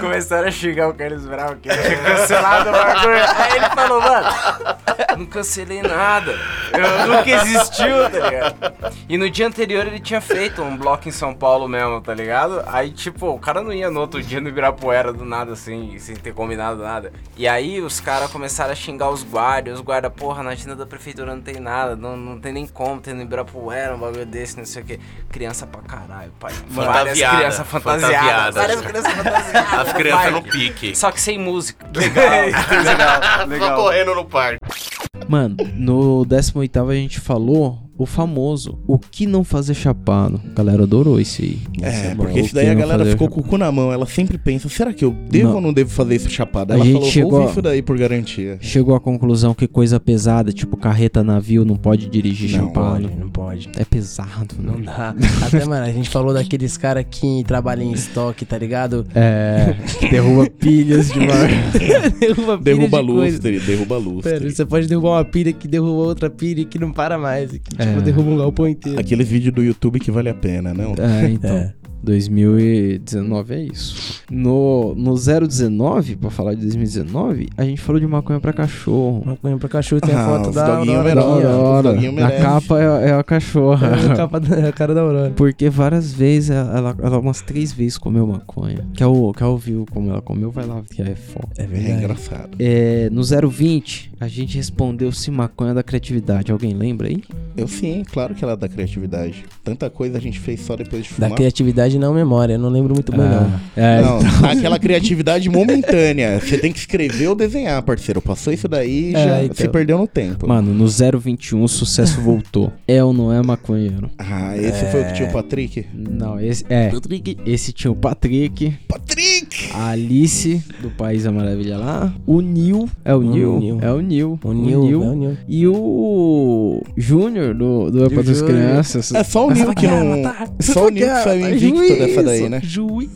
S4: começaram a xingar o Carlos Brau, que ele tinha cancelado o bagulho. Aí ele falou, mano, cancelei nada. Eu nunca existiu, tá ligado? E no dia anterior ele tinha feito um bloco em São Paulo mesmo, tá ligado? Aí, tipo, o cara não ia no outro dia no Ibirapuera do nada, assim, sem ter combinado nada. E aí os caras começaram a xingar os guardas. Os guardas, porra, na agenda da prefeitura não tem nada, não, não tem nem como ter no Ibirapuera um bagulho desse, não sei o quê. Criança pra caralho, pai. Várias
S13: Fantasiada,
S4: crianças fantasiadas.
S13: fantasiada.
S4: Várias crianças fantasiadas.
S13: As crianças
S4: Pai,
S13: no pique.
S4: Só que sem música.
S13: legal, legal. Só correndo no parque.
S2: Mano, no 18 a gente falou o famoso O que não fazer chapado. A galera adorou esse aí. Esse
S1: É,
S2: bom.
S1: porque
S2: O
S1: isso
S2: que
S1: daí a
S2: não
S1: galera
S2: fazer
S1: ficou
S2: chapado.
S1: com o cu na mão. Ela sempre pensa, será que eu devo
S2: Não.
S1: ou não devo fazer essa chapada?
S2: A
S1: Ela
S2: gente
S1: falou,
S2: chegou
S1: ouve
S2: a-
S1: isso daí por garantia.
S2: Chegou à conclusão que coisa pesada, tipo carreta, navio, não pode dirigir
S1: Não
S2: chapado.
S3: pode, não pode.
S2: É pesado, né?
S3: Não dá. Até, mano, a gente falou daqueles caras que trabalham em estoque, tá ligado?
S2: É, que derruba pilhas de mar.
S3: derruba pilha
S1: Derruba
S3: de coisa.
S1: lustre, derruba lustre.
S3: Pera, você pode derrubar uma pilha que derruba outra pilha que não para mais. e Que, tipo,
S1: É.
S3: derruba um galpão inteiro.
S1: Aqueles vídeos do YouTube que vale a pena, né? Um não?
S2: É, então. 2019 é isso. No, no 019, pra falar de 2019, a gente falou de maconha pra cachorro.
S3: Maconha pra cachorro tem a
S2: Ah,
S3: foto
S2: os
S3: da
S2: doguinho
S3: Aurora.
S2: merece,
S3: aqui, ó.
S2: Aurora.
S3: Os doguinho
S2: Na
S3: merece.
S2: capa é, é a cachorra.
S3: É a capa da- é a cara da Aurora.
S2: Porque várias vezes, ela, ela- ela umas três vezes comeu maconha. é Quer, ou- quer ouvir como ela comeu? Vai lá, que é foda.
S1: É
S2: verdade.
S1: engraçado.
S2: É, no 020, a gente respondeu se maconha é da criatividade. Alguém lembra aí?
S1: Eu sim, claro que ela é da criatividade. Tanta coisa a gente fez só depois de
S3: Da
S1: fumar.
S3: criatividade não memória, eu não lembro muito bem,
S2: Ah,
S3: não.
S1: não, tá aquela criatividade momentânea. Você tem que escrever ou desenhar, parceiro. Passou isso daí e
S2: É,
S1: já
S2: então.
S1: se perdeu no tempo.
S2: Mano, no 021 o sucesso voltou. é ou não é maconheiro?
S1: Ah, esse foi o que tinha o Patrick?
S2: Não, esse é.
S1: Patrick.
S2: Esse tinha o Patrick. Patrick! A Alice do País da Maravilha lá. O Neil. É o
S3: Hum,
S2: Neil.
S3: Neil.
S2: É o né? Neil.
S3: O Neil, é o Neil.
S2: E o Júnior do, do É para as
S3: Júnior.
S2: Crianças.
S3: É só o Neil que não-
S1: só o Neil
S2: é?
S1: que é saiu invicto dessa daí, né?
S2: Juiz.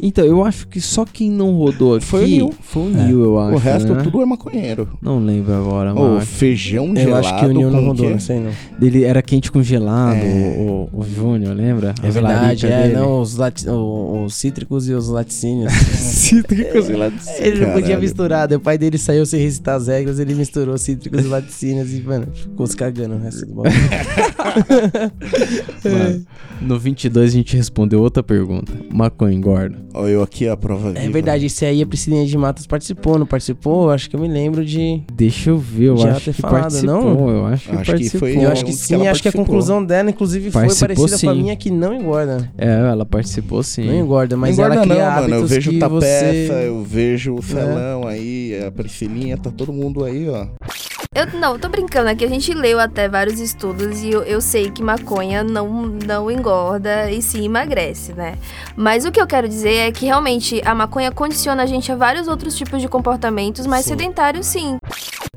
S2: Então, eu acho que só quem não rodou aqui
S1: Foi o Neil.
S2: Foi o Neil,
S1: É.
S2: eu acho.
S1: O resto
S2: né?
S1: tudo é maconheiro.
S2: Não lembro agora,
S1: Ô,
S2: mano.
S1: feijão
S2: Eu acho que é? o
S1: gelado
S2: Nil não
S1: com
S2: rodou,
S1: quê?
S3: né?
S2: não sei não. Ele era quente congelado, o, o, o Júnior, lembra?
S3: É
S2: As
S3: verdade,
S2: laricas
S3: é,
S2: dele.
S3: não, os, lati- o- os cítricos e os laticínios.
S2: cítricos e laticínios.
S3: Ele não podia
S2: Caralho.
S3: misturar, daí o pai dele saiu sem recitar as regras, ele misturou cítricos e laticínios e, mano, ficou se cagando o resto do bagulho.
S2: Mano, É. no 22 a gente respondeu outra pergunta. Maconha engorda.
S1: Olha eu aqui, a prova
S3: É verdade, esse aí a Priscilinha de Matos participou, não participou? Eu Acho que eu me lembro de.
S2: Deixa eu ver, eu
S3: de ela
S2: acho
S3: ter
S2: que
S3: falado,
S2: participou,
S3: não?
S2: eu acho que Acho que participou. foi
S3: Eu acho que
S2: uns que
S3: sim,
S2: ela
S3: acho que a
S2: participou.
S3: conclusão dela, inclusive, foi
S2: Participou,
S3: parecida com a
S2: sim.
S3: minha que não engorda.
S2: É, ela participou sim.
S3: Não engorda, mas
S1: Não
S3: ela
S1: engorda
S3: cria
S1: não, mano. Eu
S3: hábitos
S1: vejo
S3: que
S1: o Tapeça,
S3: você...
S1: eu vejo o Celão aí, a Priscilinha, tá todo mundo aí, ó.
S15: Eu não, tô brincando aqui. A gente leu até vários estudos e eu, eu sei que maconha não, não engorda e sim emagrece, né? Mas o que eu quero dizer é que realmente a maconha condiciona a gente a vários outros tipos de comportamentos, mas
S3: Sim.
S15: sedentários sim.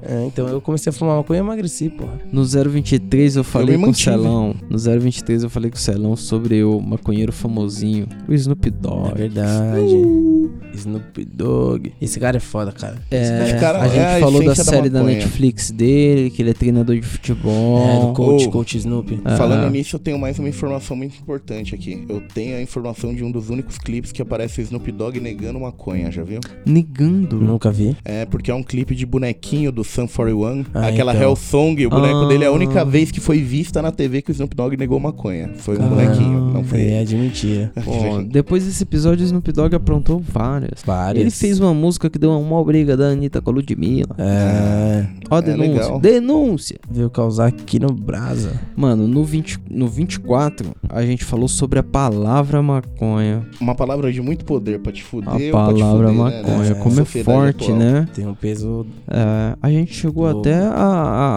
S3: É, então eu comecei a fumar maconha e emagreci, porra.
S2: No 023 eu falei
S3: Eu
S2: com
S3: me
S2: o
S3: mantive.
S2: Celão. No 023 eu falei com o Celão sobre o maconheiro famosinho, o Snoop Dogg. É
S3: verdade.
S1: Uh!
S3: Snoop Dogg. Esse cara é foda, cara. Esse
S2: É,
S3: cara
S2: a gente
S3: foda.
S2: falou da, série da
S3: maconha.
S2: Netflix dele, que ele é treinador de futebol.
S3: É, do coach,
S1: Ô,
S3: coach Snoop.
S1: Falando nisso, eu tenho mais uma informação muito importante aqui. Eu tenho a informação de um dos únicos clipes que aparece o Snoop Dogg negando maconha, já viu?
S2: Negando.
S3: Nunca vi.
S1: É, porque é um clipe de bonequinho do Sun 41,
S3: Ah,
S1: aquela
S3: então.
S1: Hell Song. O boneco
S3: Ah.
S1: dele é a única vez que foi vista na TV que o Snoop Dogg negou maconha. Foi um bonequinho, não foi
S3: É, de mentira.
S2: Pô, depois desse episódio, o Snoop Dogg aprontou várias.
S3: Várias.
S2: Ele fez uma música que deu uma briga da Anitta com a Ludmilla.
S3: É.
S2: Ó, a
S3: É
S2: denúncia.
S3: legal.
S2: denúncia.
S3: Veio causar aqui no Brasa.
S2: Mano, no, 20, no 24, a gente falou sobre a palavra maconha.
S1: Uma palavra de muito poder pra te
S2: A
S1: fuder ou pra te
S2: palavra
S1: fuder, né,
S2: maconha,
S1: nessa
S2: como é
S1: sociedade
S2: forte,
S1: atual.
S2: né?
S3: Tem um peso.
S2: É, a gente chegou
S3: Louco.
S2: até a, a,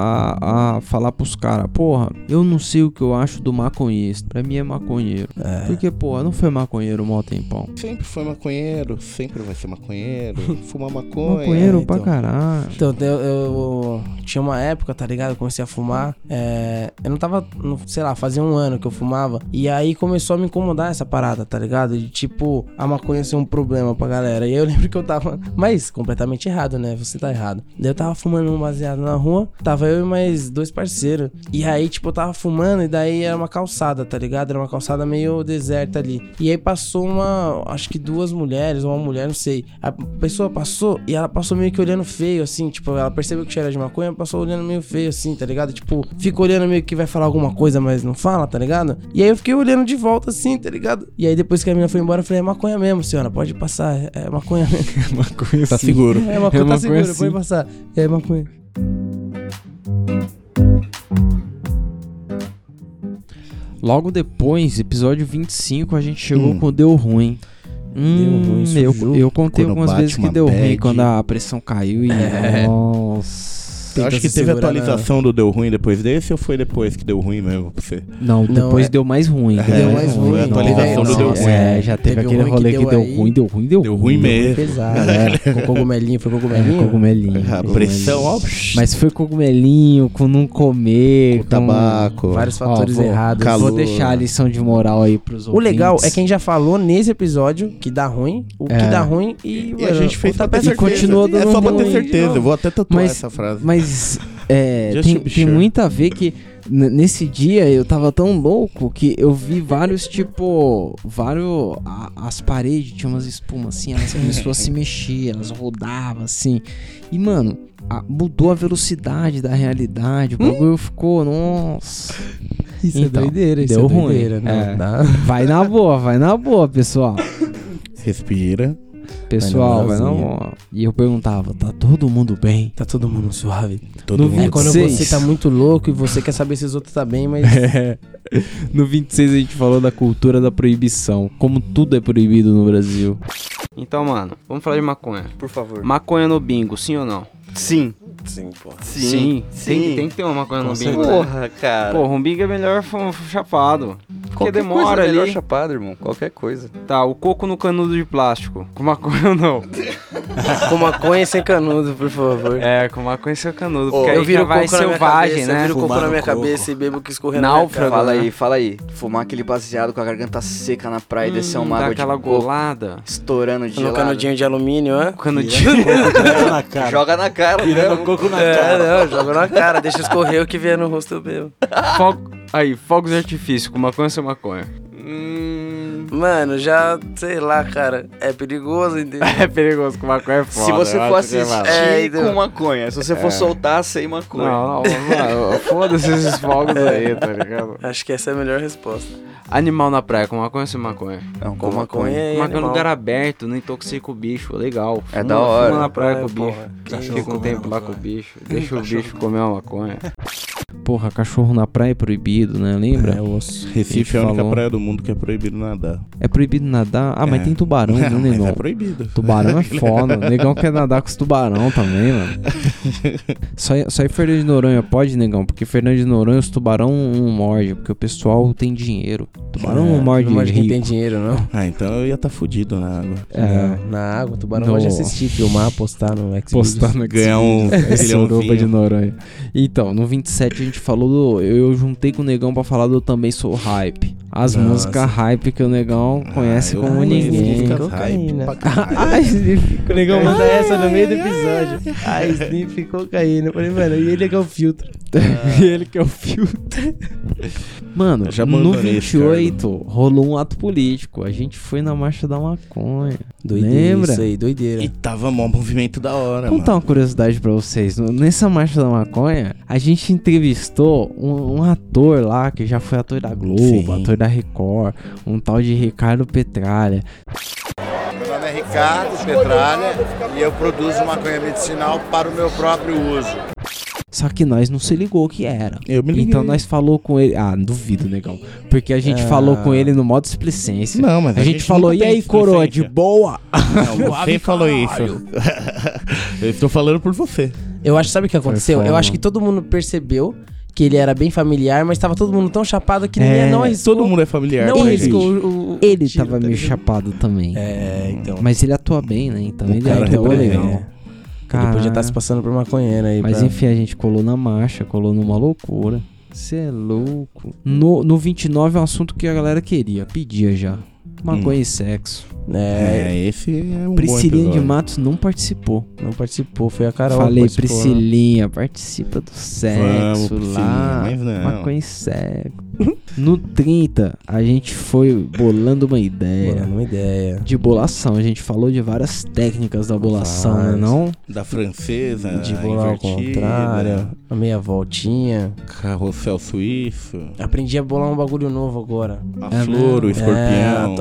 S2: a, a falar pros caras, porra, eu não sei o que eu acho do maconheiro. Pra mim é maconheiro. Porque, porra, não foi maconheiro mó tempão.
S1: Sempre foi maconheiro, sempre vai ser maconheiro. Fumar maconha.
S2: Maconheiro
S1: É,
S2: pra caralho.
S3: Então, eu, eu- tinha uma época, tá ligado? Eu comecei a fumar. é, eu não tava, não- sei lá, fazia um ano que eu fumava. E aí começou a me incomodar essa parada, tá ligado? De tipo, a maconha ser um problema pra galera. E aí eu lembro que eu tava, mas completamente errado, né? Você tá errado. Daí eu tava fumando um baseado na rua. Tava eu e mais dois parceiros. E aí, tipo, eu tava fumando e daí era uma calçada, tá ligado? Era uma calçada meio deserta ali. E aí passou uma, acho que duas mulheres, ou uma mulher, não sei. A pessoa passou e ela passou meio que olhando feio, assim, tipo, ela percebeu que cheira de maconha, passou olhando meio feio assim, tá ligado? Tipo, fica olhando meio que vai falar alguma coisa, mas não fala, tá ligado? E aí eu fiquei olhando de volta assim, tá ligado? E aí depois que a menina foi embora, eu falei, é maconha mesmo, senhora, pode passar, é é maconha mesmo.
S1: maconha Tá sim. seguro.
S3: É maconha,
S1: É
S3: tá
S1: maconha
S3: seguro,
S1: sim.
S3: pode passar. É maconha.
S2: Logo depois, episódio 25, a gente chegou
S1: Hum.
S2: com Deu Ruim. Hum,
S1: ruim, isso
S2: eu,
S1: viu?
S2: eu contei
S1: Quando
S2: algumas
S1: bate
S2: vezes que
S1: uma
S2: deu ruim
S1: bad.
S2: quando a pressão caiu e.
S1: É.
S2: Nossa.
S1: Eu acho que teve atualização do Deu Ruim depois desse ou foi depois que deu ruim mesmo pra você?
S2: Não, depois deu mais ruim.
S1: É, Foi a atualização
S2: Nossa,
S1: do Deu Ruim.
S2: É, já teve,
S3: Teve
S2: aquele
S3: ruim que
S2: rolê que
S3: deu
S2: deu,
S3: aí.
S2: ruim, deu ruim, deu ruim. Deu
S1: ruim mesmo.
S3: Pesado, né? Com cogumelinho, foi cogumelinho?
S2: É, cogumelinho.
S1: A pressão, ó.
S2: Mas foi cogumelinho, com não comer, com,
S1: tabaco.
S3: Vários
S2: Ó,
S3: fatores
S2: vou-
S3: errados.
S2: Vou deixar a lição de moral aí pros
S3: O
S2: ouvintes.
S3: legal é que a gente já falou nesse episódio que dá ruim, o que
S2: É.
S3: dá ruim e,
S1: E a gente fez
S3: outra
S1: pra ter
S3: pessoa
S1: certeza.
S3: continua dando
S1: É só pra ter
S3: ruim.
S1: certeza, eu vou até tatuar
S2: Mas-
S1: essa frase.
S2: Mas é,
S1: Just
S2: tem,
S1: to be
S2: tem
S1: sure.
S2: muito a ver que n- nesse dia eu tava tão louco que eu vi vários, tipo, vários. a- as paredes tinham umas espumas assim, elas começaram a se mexer, elas rodavam assim. E, mano, a- mudou a velocidade da realidade, o bagulho ficou, nossa. Então,
S3: Isso é doideira, isso
S2: deu
S3: é
S2: ruim.
S3: doideira, né?
S2: É.
S3: Dá-
S2: Vai na boa, vai na boa, pessoal.
S1: Respira.
S2: Pessoal,
S1: Vai
S2: vai na
S1: na
S2: boa. E eu perguntava, tá todo mundo bem?
S3: Tá todo mundo suave?
S1: Todo
S2: no
S1: mundo
S3: É quando
S2: 26.
S3: você tá muito louco e você quer saber se os outros tá bem, mas.
S2: É. No 26 a gente falou da cultura da proibição, como tudo é proibido no Brasil.
S4: Então, mano, vamos falar de maconha.
S8: Por favor.
S4: Maconha no bingo, sim ou não?
S8: Sim.
S4: Sim, pô.
S8: Sim.
S4: Sim.
S8: Sim.
S4: Tem, tem que ter uma maconha
S8: Com
S4: no bingo.
S8: certeza.
S4: né?
S8: Porra, cara.
S4: Porra, um bingo é melhor f- f- chapado. Porque
S8: Qualquer
S4: demora
S16: né?
S8: coisa é
S4: ali.
S8: melhor chapado, irmão. Qualquer coisa.
S4: Tá, o coco no canudo de plástico. Com maconha ou não?
S3: Com maconha sem canudo, por favor.
S4: É, com maconha sem canudo. Porque
S3: eu
S4: aí
S3: viro
S4: já vai
S3: coco na minha
S4: selvagem,
S3: cabeça,
S4: né?
S3: eu viro coco
S4: Fumar
S3: na
S4: no
S3: minha
S4: coco.
S3: cabeça e bebo que escorrer na minha
S4: Náufrago,
S3: cara.
S4: né?
S16: Fala aí, fala aí. Fumar aquele baseado com a garganta seca na praia e descer uma
S4: Hum, dá
S16: água
S4: aquela
S16: de coco,
S4: golada.
S16: Estourando de
S3: No
S16: gelado.
S3: canudinho de alumínio, hã?
S4: Canudinho.
S16: Joga na cara. Joga na cara.
S3: Virando
S16: mesmo.
S3: coco na cara. É, Não, joga na cara, deixa escorrer o que vier no rosto meu.
S4: Fogo- Aí, fogos de artifício, com maconha ou sem maconha?
S3: Mano, já, sei lá, cara, é perigoso, entendeu?
S4: É perigoso com maconha é foda.
S16: Se você
S4: eu
S16: for
S4: acho que é
S16: assistir
S4: massa.
S16: com
S3: então,
S16: maconha, se você for
S4: É.
S16: soltar sem maconha.
S4: Não, não, mano, foda-se esses fogos aí, tá ligado?
S3: Acho que essa é a melhor resposta.
S4: Animal na praia, com maconha ou sem maconha?
S16: Não,
S3: com maconha é
S4: Maconha no
S3: animal.
S4: lugar aberto, não intoxica o bicho, legal.
S16: É da hora.
S3: né?
S4: Fuma na praia com o
S16: Praia,
S4: bicho.
S16: porra. Cachorro
S4: Fica um tempo lá com o bicho. Deixa o
S16: Cachorro.
S4: bicho comer uma maconha.
S2: Porra, cachorro na praia é proibido, né? Lembra?
S1: É,
S2: osso.
S1: Recife é a única praia do mundo que é proibido nadar.
S2: É proibido nadar? Ah, mas
S1: É.
S2: tem tubarão, né,
S1: Não, mas
S2: negão?
S1: é proibido.
S2: Tubarão é foda. O negão quer nadar com os tubarão também, mano. Só, só em Fernando de Noronha pode, negão? Porque Fernando de Noronha os tubarão não morde, porque o pessoal tem dinheiro. Tubarão
S3: um
S2: não morde
S3: É, Não morde quem
S2: rico.
S3: tem dinheiro, não.
S1: Ah, então eu ia estar fudido na água.
S2: É.
S3: Na água, o tubarão
S2: No-
S3: pode assistir, filmar, postar no Xvideos.
S2: postar no
S1: Ganhar um
S2: Xvideos.
S1: milhãozinho.
S2: é Suruba de Noronha. Então, no 27 a gente falou do. Eu, eu juntei com o Negão pra falar do Eu Também Sou Hype. As
S1: Nossa.
S2: músicas hype que o Negão
S3: Ah,
S2: conhece
S1: eu
S2: como
S1: conheço
S2: ninguém.
S1: músicas
S3: né?
S1: hype pra caralho.
S2: Ai, Sniff,
S3: O negão manda
S2: Ai,
S3: essa no meio do
S2: ai,
S3: episódio. Ai, Sniff, cocaína. Eu falei, mano, e ele é que é o filtro.
S2: E ele que é o filtro. Mano,
S1: Eu já
S2: no
S1: abandonei esse cargo.
S2: 28 rolou um ato político. A gente foi na Marcha da Maconha.
S3: Doideira
S2: Lembra?
S3: isso aí, doideira.
S1: E tava mó movimento da hora,
S2: Vou
S1: mano.
S2: contar uma curiosidade pra vocês. No- Nessa marcha da maconha, a gente entrevistou um, um ator lá que já foi ator da Globo,
S1: Sim.
S2: ator da Record, um tal de Ricardo Petralha.
S17: Meu nome é Ricardo Petralha e eu produzo maconha medicinal para o meu próprio uso.
S2: Só que nós não se ligou que era.
S1: Eu me liguei.
S2: Então nós falou com ele. Ah, duvido, negão. Porque a gente
S1: Ah.
S2: falou com ele no modo displicência.
S1: Não, mas
S2: a, gente, falou,
S1: nunca
S2: e
S1: tem
S2: aí, coroa, de
S1: displicência."
S2: boa?
S1: Não,
S2: Suave,
S1: você falou
S2: caralho.
S1: isso. eu estou falando por você.
S3: Eu acho, sabe o que aconteceu?
S1: foda.
S3: Eu acho que todo mundo percebeu que ele era bem familiar, mas tava todo mundo tão chapado que ninguém
S2: É,
S3: não arriscou.
S1: todo mundo é familiar
S3: Não
S1: pra
S3: arriscou
S1: gente.
S3: o, o- o
S2: Ele
S3: tiro,
S2: tava
S3: tá
S2: meio
S3: ligado?
S2: chapado também.
S3: É, então.
S2: Mas ele atua bem, né? Então
S3: O
S2: ele
S3: cara
S2: atua
S3: atua bem,
S2: legal.
S3: né? Ele podia tá se passando por maconheiro aí.
S2: Mas
S3: pra-
S2: enfim, a gente colou na marcha, colou numa loucura.
S3: Hum.
S2: Você é louco. No, no 29 é um assunto que a galera queria, pedia já. Maconha
S3: Hum.
S2: e sexo.
S3: É,
S1: É, esse é um
S2: Priscilinha
S1: bom
S2: de
S1: episódio.
S2: Matos não participou.
S3: Não participou, foi a Carol que
S2: Falei,
S3: participou, né?
S2: Priscilinha, participa do
S12: né?
S2: sexo
S1: Priscilinha,
S2: lá.
S1: mas não.
S2: Maconha e sexo. No 30, a gente foi bolando uma ideia.
S3: Bolando uma ideia.
S2: De bolação. A gente falou de várias técnicas da bolação, né,
S3: Várias.
S2: não?
S1: Da francesa,
S3: De
S1: a
S3: bola ao
S1: Ah, invertida.
S3: contrário, a meia voltinha.
S1: Carrossel suíço.
S3: Aprendi a bolar um bagulho novo agora.
S1: A É flor, mesmo? o escorpião.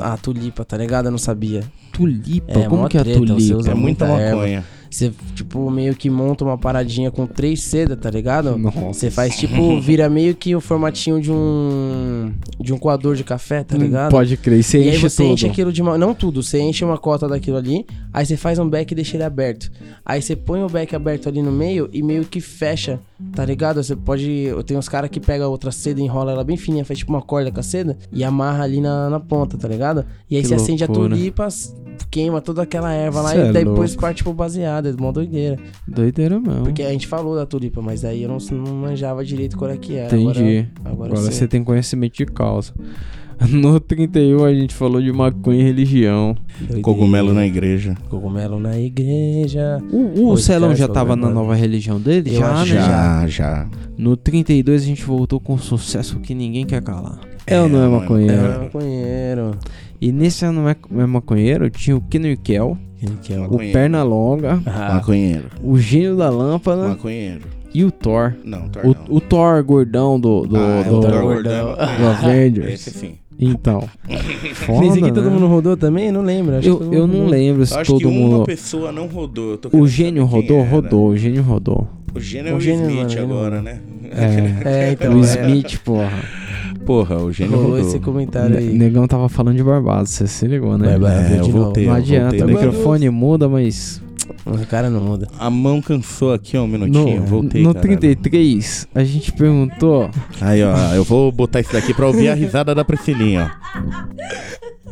S3: É, a, a tulipa, tá ligado? Eu não sabia.
S2: Tulipa?
S1: Como
S3: mó
S1: que é a
S3: treta, Você tá
S1: tulipa?
S3: usa
S1: É muita
S3: erva.
S1: maconha.
S3: Você, tipo, meio que monta uma paradinha com três sedas, tá ligado?
S2: Nossa.
S3: Você faz, tipo, vira meio que o formatinho de um... De um coador de café, tá
S2: Hum,
S3: ligado?
S2: pode crer, e você
S3: E aí
S2: enche
S3: você enche
S2: tudo.
S3: aquilo de uma... Não tudo, você enche uma cota daquilo ali, aí você faz um back e deixa ele aberto. Aí você põe o back aberto ali no meio e meio que fecha, tá ligado? Você pode... Eu tenho uns caras que pega outra seda, enrola ela bem fininha, faz tipo uma corda com a seda e amarra ali na, na ponta, tá ligado? E aí
S2: Que
S3: você acende a
S2: loucura.
S3: tulipa, queima toda aquela erva lá
S2: Cê
S3: e
S2: é
S3: depois
S2: louco. Uhum.
S3: parte pro baseado, é mó doideira.
S2: Doideira mesmo.
S3: Porque a gente falou da tulipa, mas daí eu não, não manjava direito qual é que era.
S2: Entendi.
S3: Agora, agora, é eu
S2: você
S3: sei.
S2: tem conhecimento de causa. No 31 a gente falou de maconha e religião. né?
S1: Cogumelo na igreja.
S3: Cogumelo na igreja.
S2: O, o
S3: Podcast
S2: Celão já tava na
S3: sobre-
S2: nova religião dele?
S3: Eu
S2: já,
S3: acho
S2: né?
S3: que
S1: já. já.
S2: No 32 a gente voltou com um sucesso que ninguém quer calar. É, ou não é maconheiro?
S3: É maconheiro.
S2: E nesse ano é é maconheiro tinha o Kinnerkel,
S3: Kinnerkel.
S2: é o
S1: né?
S2: Pernalonga,
S1: Ah. Maconheiro.
S2: o Gênio da Lâmpada
S1: Maconheiro.
S2: e o Thor.
S1: Não, Thor
S2: o, o Thor gordão do, do,
S1: Ah, é,
S2: do,
S1: o Thor
S2: do-
S1: gordão.
S2: do Avengers.
S1: Esse sim.
S2: Então, foda,
S3: Nesse aqui
S2: né?
S3: todo mundo rodou também? Não lembro. acho que
S2: Eu-
S3: todo
S2: eu
S3: mundo
S2: não
S3: rodou.
S2: lembro se
S1: Eu acho
S2: todo
S1: que uma
S2: mundo-
S1: pessoa não rodou. eu tô
S2: O
S1: querendo
S2: gênio
S1: saber quem é, né?
S2: rodou,
S1: era.
S2: rodou, o gênio rodou.
S1: O gênio é o,
S3: O gênio,
S1: Smith
S3: mano, ele
S1: agora,
S3: rodou.
S1: né?
S2: É,
S3: É, então,
S2: o
S3: é.
S2: Smith, porra.
S1: Porra, o gênio
S3: Rolou
S1: rodou.
S3: esse comentário
S2: Ne-
S3: aí.
S2: Negão tava falando de Barbados, você se ligou, né?
S1: Barbados, É, eu de novo. voltei,
S2: Não
S1: eu
S2: adianta,
S1: voltei,
S2: o
S1: né?
S2: microfone muda, mas.
S3: O cara não muda.
S1: A mão cansou aqui, ó, um minutinho.
S2: No,
S1: Voltei, tá.
S2: no
S1: caralho.
S2: 33, a gente perguntou.
S1: Aí, ó, eu vou botar isso daqui pra ouvir a risada da Priscilinha, ó.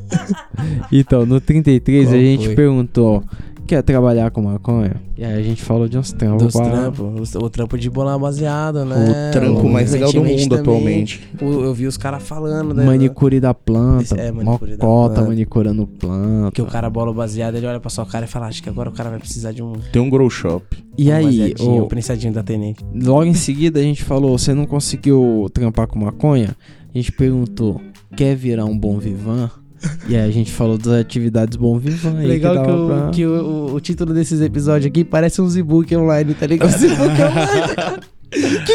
S2: Então, no 33
S3: Qual
S2: a gente
S3: foi?
S2: perguntou: quer trabalhar com maconha? E aí a gente falou de uns trampos.
S3: Dos
S2: pra-
S3: trampos, o trampo de bolar baseado, né?
S2: É, O trampo mais legal do
S3: Recentemente
S2: mundo
S3: também,
S2: atualmente.
S3: o- eu vi os caras falando, né?
S2: Manicure da planta,
S3: É, manicure da
S2: mocota
S3: planta.
S2: manicurando planta.
S3: Que o cara bola o baseado, ele olha pra sua cara e fala, acho que agora o cara vai precisar de um...
S1: Tem um grow shop.
S2: E
S3: um
S2: aí,
S3: baseadinho,
S2: o,
S3: um prensadinho da tenente.
S2: Logo em seguida a gente falou, você não conseguiu trampar com maconha? A gente perguntou, quer virar um bom vivan? E aí a gente falou das atividades bom vivan. aí,
S3: Legal que,
S2: dava
S3: o,
S2: pra-
S3: que o, o- o título desses episódios aqui parece um e-book online, tá ligado?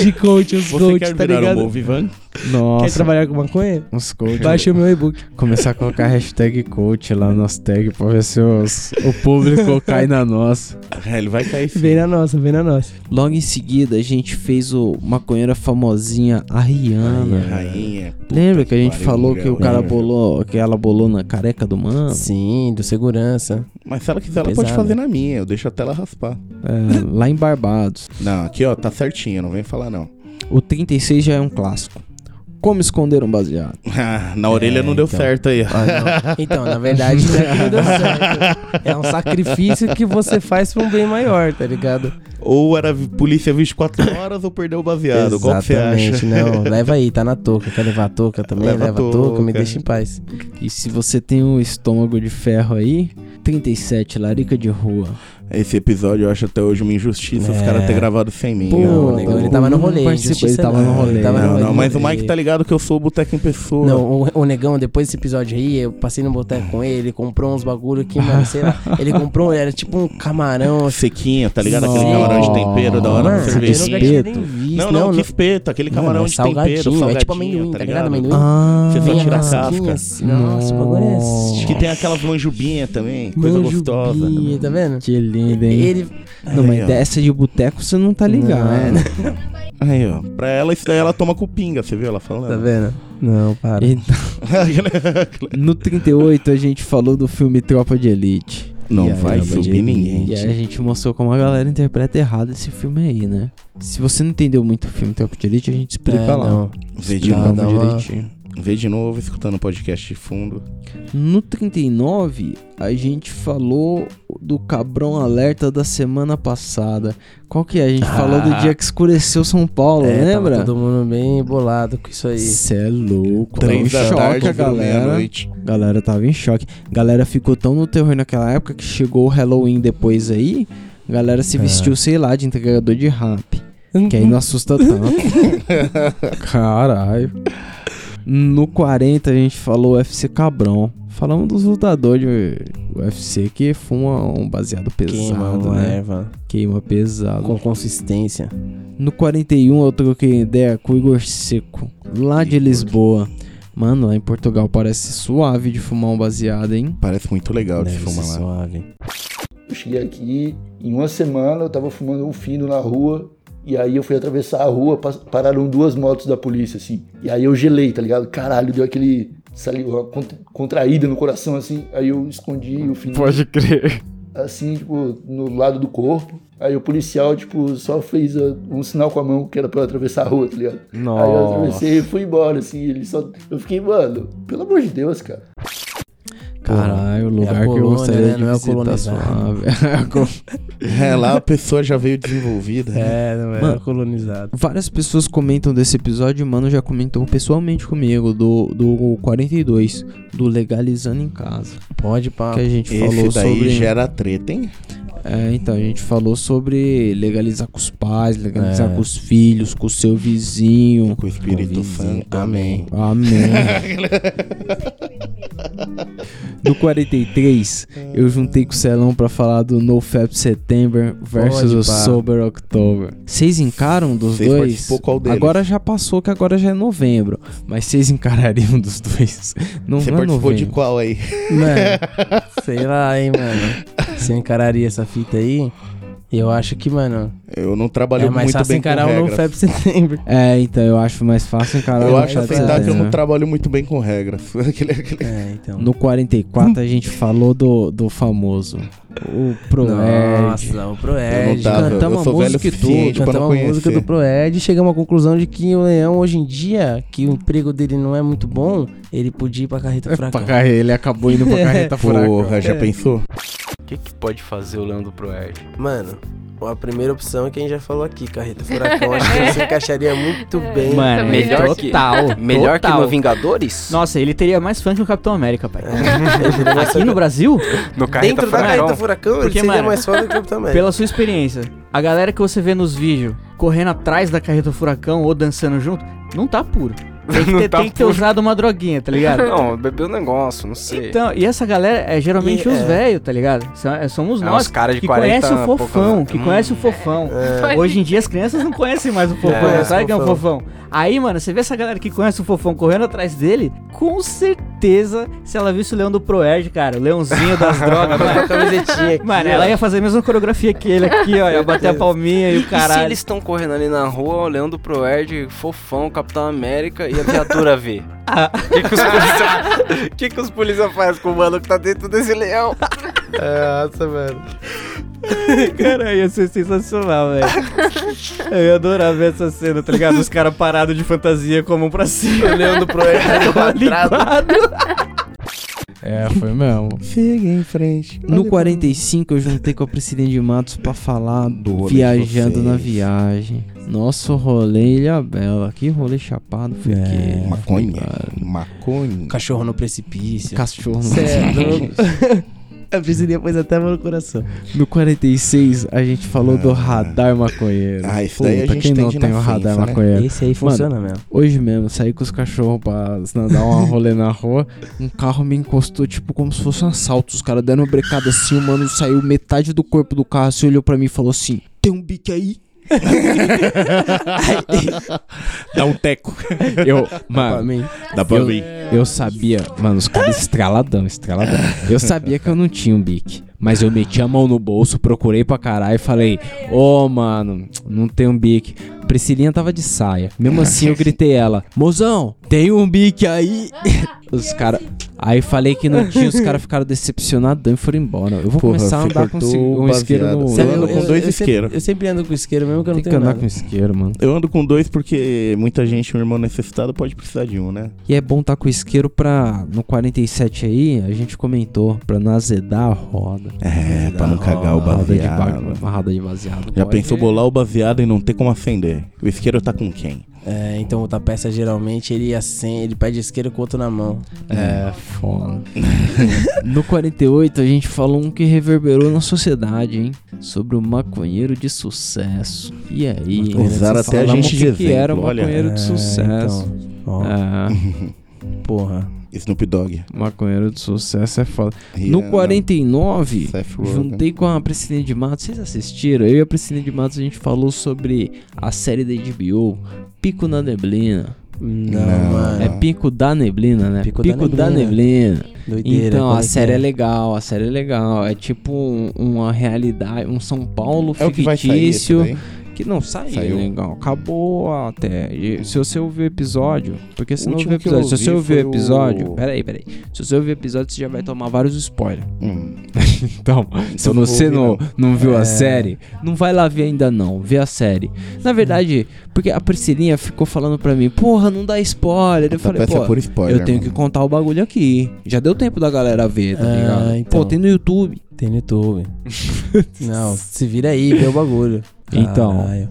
S3: De coach, os
S1: Você
S3: coach,
S1: quer
S3: tá
S1: virar um
S3: ligado?
S1: bom vivan?
S2: Nossa.
S3: Quer trabalhar com maconha?
S2: Uns coach.
S3: Baixa o meu e-book.
S2: Começar a colocar hashtag coach lá nas tags pra ver se os- o público cai na nossa.
S1: É, ele vai cair
S3: Vem na nossa, vem na nossa.
S2: Logo em seguida a gente fez o maconheira famosinha, a Rihanna.
S1: Rainha. É.
S2: Lembra que a gente
S1: pariu,
S2: falou
S1: mulher,
S2: que o cara
S1: lembro.
S2: bolou, que ela bolou na careca do mano?
S3: Sim, do segurança.
S1: Mas se ela quiser, ela pode
S3: Pesado.
S1: fazer na minha. Eu deixo até ela raspar.
S2: É, lá em Barbados.
S1: Não, aqui, ó, tá certinho. Não vem falar, não.
S2: O 36 já é um clássico. Como esconder um baseado?
S1: Ah, na orelha
S2: É,
S1: não deu
S2: então.
S1: certo aí.
S2: Ah,
S3: não. Então, na verdade, não é que não deu certo. É um sacrifício que você faz pra um bem maior, tá ligado?
S1: Ou era vi- polícia 24 horas ou perdeu o baseado. Qual que você acha?
S3: Exatamente, não. Leva aí, tá na touca. Quer levar a touca também?
S1: Leva
S3: Leva,
S1: a
S3: a touca, me
S1: touca.
S3: deixa em paz.
S2: E se você tem um estômago de ferro aí, 37, larica de rua.
S1: Esse episódio eu acho até hoje uma injustiça os
S2: É.
S1: caras ter gravado sem mim.
S2: Pô,
S1: Eu-
S2: negão,
S3: Ele tava no rolê,
S2: Participou,
S3: injustiça
S2: ele tava
S3: não,
S2: no rolê.
S3: ele tava no
S1: Não,
S3: rolê.
S1: não, mas o Mike tá ligado que eu sou o Boteco em pessoa.
S3: Não, o, o Negão, depois desse episódio aí, eu passei no boteco com ele, ele comprou uns bagulho que, mano, sei lá. Ele comprou, era tipo um camarão.
S1: Sequinha, tá ligado? Aquele
S3: Sim.
S1: camarão de tempero da hora
S3: Mano,
S1: na
S3: você tem lugar que eu
S1: cervejinha.
S3: nem vi,
S1: Não, não,
S3: não,
S1: que
S3: não.
S1: espeto, aquele
S3: Mano,
S1: camarão
S3: é
S1: de tempero,
S3: salgadinho,
S1: salgadinho,
S3: é tipo amendoim,
S1: tá
S3: tá
S1: ligado?
S3: ligado? Amendoim.
S2: Ah.
S1: Você só
S3: Vem a
S1: tira a
S3: casquinha,
S1: casca.
S3: assim, nossa, o bagulho é-
S1: Que tem aquelas manjubinhas também, coisa
S3: Manjubinha,
S1: gostosa. né,
S3: tá vendo?
S2: Que lindo, hein?
S3: Ele-
S2: Não,
S1: Aí,
S2: mas
S1: ó.
S3: é.
S2: dessa de boteco você não tá ligado.
S1: Aí, ó. Pra ela, isso daí ela toma com pinga, você viu ela falando?
S3: Tá vendo? Não, para.
S2: Então, no 38 a gente falou do filme Tropa de Elite.
S1: Não
S2: E aí,
S1: vai
S2: Tropa de
S1: subir
S2: Elite.
S1: ninguém.
S2: E aí a gente mostrou como a galera interpreta errado esse filme aí, então né? Se você não entendeu muito o filme Tropa de Elite, é a gente explica
S3: É,
S2: lá.
S3: não.
S1: Vê de
S2: Explicamos
S3: novo.
S2: direitinho.
S1: Vê de novo, escutando o podcast de fundo.
S2: No 39, a gente falou do Cabrão Alerta da semana passada. Qual que é? A gente falou do dia que escureceu São Paulo,
S3: Ah. É, tava
S2: lembra?
S3: todo mundo bem bolado com isso aí.
S2: Cê é louco.
S3: Três
S2: Tava em
S3: da
S2: choque,
S3: tarde,
S2: a
S3: virou
S2: galera.
S3: meia-noite.
S2: Galera tava em choque. Galera ficou tão no terror naquela época que chegou o Halloween depois aí. Galera se vestiu, sei lá, de entregador de rap. Que aí não assusta tanto. Caralho. No 40 a gente falou UFC Cabrão. Falamos dos lutadores de UFC que fuma um baseado pesado,
S3: Queima é? uma
S2: né?
S3: erva.
S2: Queima pesado.
S3: Com consistência.
S2: No 41 eu troquei ideia com o Igor Seco, lá de Lisboa. Mano, lá em Portugal parece suave de fumar um baseado, hein?
S1: Parece muito legal
S2: de fumar lá.
S3: Suave.
S18: Eu cheguei aqui, em uma semana eu tava fumando um fino na rua, e aí eu fui atravessar a rua, pas- pararam duas motos da polícia, assim. E aí eu gelei, tá ligado? Caralho, deu aquele. Saiu uma cont- contraída no coração, assim. Aí eu escondi o fino.
S2: Pode crer.
S18: Assim, tipo, no lado do corpo. Aí o policial, tipo, só fez ah, um sinal com a mão que era pra eu atravessar a rua, tá ligado? Aí eu
S2: Nossa.
S18: atravessei e fui embora, assim. Ele só. Eu fiquei, mano, pelo amor de Deus, cara.
S2: Caralho, o lugar que eu
S1: colônia,
S2: gostaria
S1: né?
S2: de
S1: Não é o
S2: visitar
S1: colonizado.
S2: suave. É a col-
S1: É, lá a pessoa já veio desenvolvida. né?
S3: É, não era
S2: Mano,
S3: colonizado.
S2: Várias pessoas comentam desse episódio, o mano já comentou pessoalmente comigo, do, do 42, do Legalizando em Casa.
S3: Pode, pá.
S2: Que a gente
S1: Esse
S2: É, falou
S1: daí
S2: sobre.
S1: gera treta, hein?
S2: É, então, a gente falou sobre legalizar com os pais, legalizar
S1: É.
S2: com os filhos, com o seu vizinho. Com o Espírito
S1: Santo, amém.
S2: Amém. Do 43, eu juntei com o Celão pra falar do NoFap September versus
S3: Pode,
S2: o
S3: pá.
S2: Sober October. Vocês encaram dos
S1: Vocês
S2: dois?
S1: participou qual deles?
S2: Agora já passou, que agora já é novembro. Mas vocês encarariam dos dois? Não
S1: Você
S2: não é
S1: participou de
S2: novembro.
S1: qual aí?
S3: Mano, sei lá, hein, mano. Você encararia essa fita aí? Eu acho que, mano.
S1: Eu não trabalho
S3: é mais
S1: muito
S3: fácil
S1: bem com
S3: encarar o
S1: regras.
S3: NoFap setembro.
S2: É, então eu acho mais fácil encarar
S1: eu
S2: o
S1: acho
S2: NoFap
S1: aceitar que eu não
S2: September.
S1: trabalho muito bem com regras. Aquele- aquele-
S3: É, então.
S2: No 44 a gente falou do, do famoso. O Proerd.
S3: Nossa, o Proerd.
S2: Cantamos a música e tudo.
S3: Cantamos a música do Proerd e chegamos à conclusão de que o Leão, hoje em dia, que o emprego dele não é muito bom, ele podia ir É, pra carreta fraca.
S2: Ele acabou indo pra carreta furacão.
S3: É.
S4: O que, que pode fazer o Leandro Proerd?
S3: Mano, a primeira opção é quem já falou aqui, carreta furacão. Acho que você encaixaria muito bem.
S19: Mano, melhor que.
S4: Total,
S19: Melhor que
S4: total.
S19: no Vingadores? Nossa, ele teria mais fã que o Capitão América, pai. Aqui no Brasil?
S4: No
S3: Dentro da carreta furacão, ele
S19: Porque,
S3: seria
S19: mano,
S3: mais foda que o Capitão América.
S19: Pela sua experiência, a galera que você vê nos vídeos correndo atrás da carreta furacão ou dançando junto, não tá puro. Tem que
S4: Não
S19: ter,
S4: tá
S19: tem que ter
S4: puro.
S19: usado uma droguinha, tá ligado?
S4: Não, bebeu um negócio, não sei.
S19: Então, e essa galera é geralmente
S4: E,
S19: os
S4: é.
S19: velhos, tá ligado? São- é, Somos
S4: É,
S19: nós
S4: uns cara de
S19: que
S4: 40
S19: conhece o
S4: e pouco,
S19: fofão,
S4: né?
S19: que
S4: Hum.
S19: conhece o fofão.
S4: É.
S19: Hoje em dia as crianças não conhecem mais o fofão,
S4: É.
S19: sabe que é um
S4: Fofão.
S19: fofão? Aí, mano, você vê essa galera que conhece o fofão correndo atrás dele, com certeza, se ela visse o leão do Proerd, cara, o leãozinho das drogas,
S3: Com a
S19: mano.
S3: camisetinha aqui,
S19: mano,
S3: ó.
S19: ela é ia fazer a mesma coreografia que ele aqui, ó, ia bater a palminha e o
S4: se
S19: caralho.
S4: eles estão correndo ali na rua, o Leandro Proerd, fofão, Capitão América e a viatura vê?
S19: Ah.
S4: O que, que os polícia... que que os polícia faz com o mano que tá dentro desse leão? Nossa, mano.
S19: Cara, ia ser sensacional, velho. Eu ia adorar ver essa cena, tá ligado? Os caras parados de fantasia com a mão pra cima. Tá
S4: Olhando pro ele,
S19: quadrado.
S2: É, foi mesmo.
S1: Siga em frente.
S2: No 45 eu juntei com a Priscilinha de Matos pra falar do
S1: rolê de
S2: viajando
S1: vocês.
S2: na viagem. Nosso rolê Ilha Bela. Que rolê chapado foi
S1: É,
S2: que?
S1: maconha. Maconha.
S3: Cachorro no precipício.
S2: Cachorro no
S3: Cê é
S2: precipício.
S3: louco. A Priscilinha pôs até a mão no coração.
S2: No 46 a gente falou do radar é maconheiro.
S1: Ah, isso daí a gente
S2: quem
S1: tem
S2: não
S1: de
S2: tem o
S1: nascença,
S2: radar
S1: né?
S2: maconheiro.
S1: Esse aí
S2: Mano,
S1: funciona mesmo.
S2: Hoje mesmo, saí com os cachorros pra dar um rolê na rua. Um carro me encostou, tipo, como se fosse um assalto. Os caras deram uma brecada assim, o mano saiu metade do corpo do carro, assim, olhou pra mim e falou assim: Tem um bique aí?
S1: Dá um teco.
S2: Eu, mano,
S1: Dá pra
S2: eu-
S1: mim.
S2: Eu sabia, mano, os caras estraladão, estraladão. Eu sabia que eu não tinha um bique, mas eu meti a mão no bolso, procurei pra caralho e falei: Ô, mano, não tem um bique. Priscilinha tava de saia. Mesmo assim, eu gritei ela: Mozão, tem um bique aí?
S12: Os caras. Aí falei que não tinha, os caras ficaram decepcionados e foram embora. Eu vou
S1: Porra,
S12: começar a
S1: você
S12: andar com
S1: cortou
S12: si- um
S1: o
S12: isqueiro
S1: baseado.
S12: no.
S1: Você anda com dois
S3: eu sempre-
S1: isqueiros.
S3: eu sempre ando com isqueiro mesmo que eu não
S12: Tem que
S3: tenho
S12: andar
S3: nada.
S12: com isqueiro, mano.
S1: Eu ando com dois porque muita gente, um irmão necessitado, pode precisar de um, né?
S12: E é bom tá com isqueiro pra. No 47 aí, a gente comentou, pra não azedar a roda.
S1: É, pra não cagar o
S12: Roda de ba-
S1: baseado.
S12: Uma roda de baseado.
S1: Já
S12: Pode-
S1: pensou bolar o baseado e não ter como acender? O isqueiro tá com quem?
S3: É, então o peça geralmente ele acende, ele pede isqueiro com o outro na mão.
S12: É, foda. No 48 a gente falou um que reverberou na sociedade, hein? Sobre o maconheiro de sucesso. E aí?
S1: Maconheiro de Usaram até a
S12: falamos
S1: gente
S12: o que
S1: de
S12: que era o
S1: exemplo, olha.
S12: maconheiro de
S1: É,
S12: sucesso.
S1: então, ó.
S12: Porra.
S1: Snoop Dogg.
S12: Maconheiro de sucesso é foda. no
S1: não. é
S12: 49,
S1: Seth
S3: é
S1: Rogen.
S12: juntei
S3: né?
S12: com a Priscilina de Matos. Vocês assistiram? Eu e a Priscilina de Matos a gente falou sobre a série da HBO, Pico na Neblina.
S3: Não, mano.
S12: É Pico da Neblina, né? Pico,
S3: Ah. da
S12: da
S3: Neblina.
S12: Neblina.
S3: Doideira,
S12: então,
S3: como
S12: a
S3: é que
S12: série
S3: é?
S12: é legal, a série é legal. É tipo um- uma realidade, um São Paulo
S1: É o que vai sair esse
S12: fictício.
S1: daí?
S12: que não saiu,
S1: Saiu.
S12: legal. Acabou até. E se você ouvir o episódio, porque se
S1: O
S12: não ouvir o
S1: último que eu
S12: episódio, se você
S1: ouvi
S12: ouvir o
S1: foi o-
S12: episódio, peraí, peraí. Se você ouvir o episódio, você já vai tomar vários spoilers.
S1: Hum.
S12: então, se
S1: Então não
S12: você
S1: ouvi,
S12: não, não.
S1: não.
S12: viu a
S1: É.
S12: série, não vai lá ver ainda não, vê a série. Na verdade, porque a Priscilinha ficou falando pra mim, porra, não dá spoiler. Eu falei,
S1: peça é
S12: pô,
S1: puro spoiler,
S12: eu tenho
S1: mano.
S12: que contar o bagulho aqui. Já deu tempo da galera ver, tá
S3: Ah,
S12: ligado?
S3: então.
S12: Pô, tem no YouTube.
S3: Tem no YouTube. Não, se vira aí, vê o bagulho.
S12: Então,
S3: Caralho.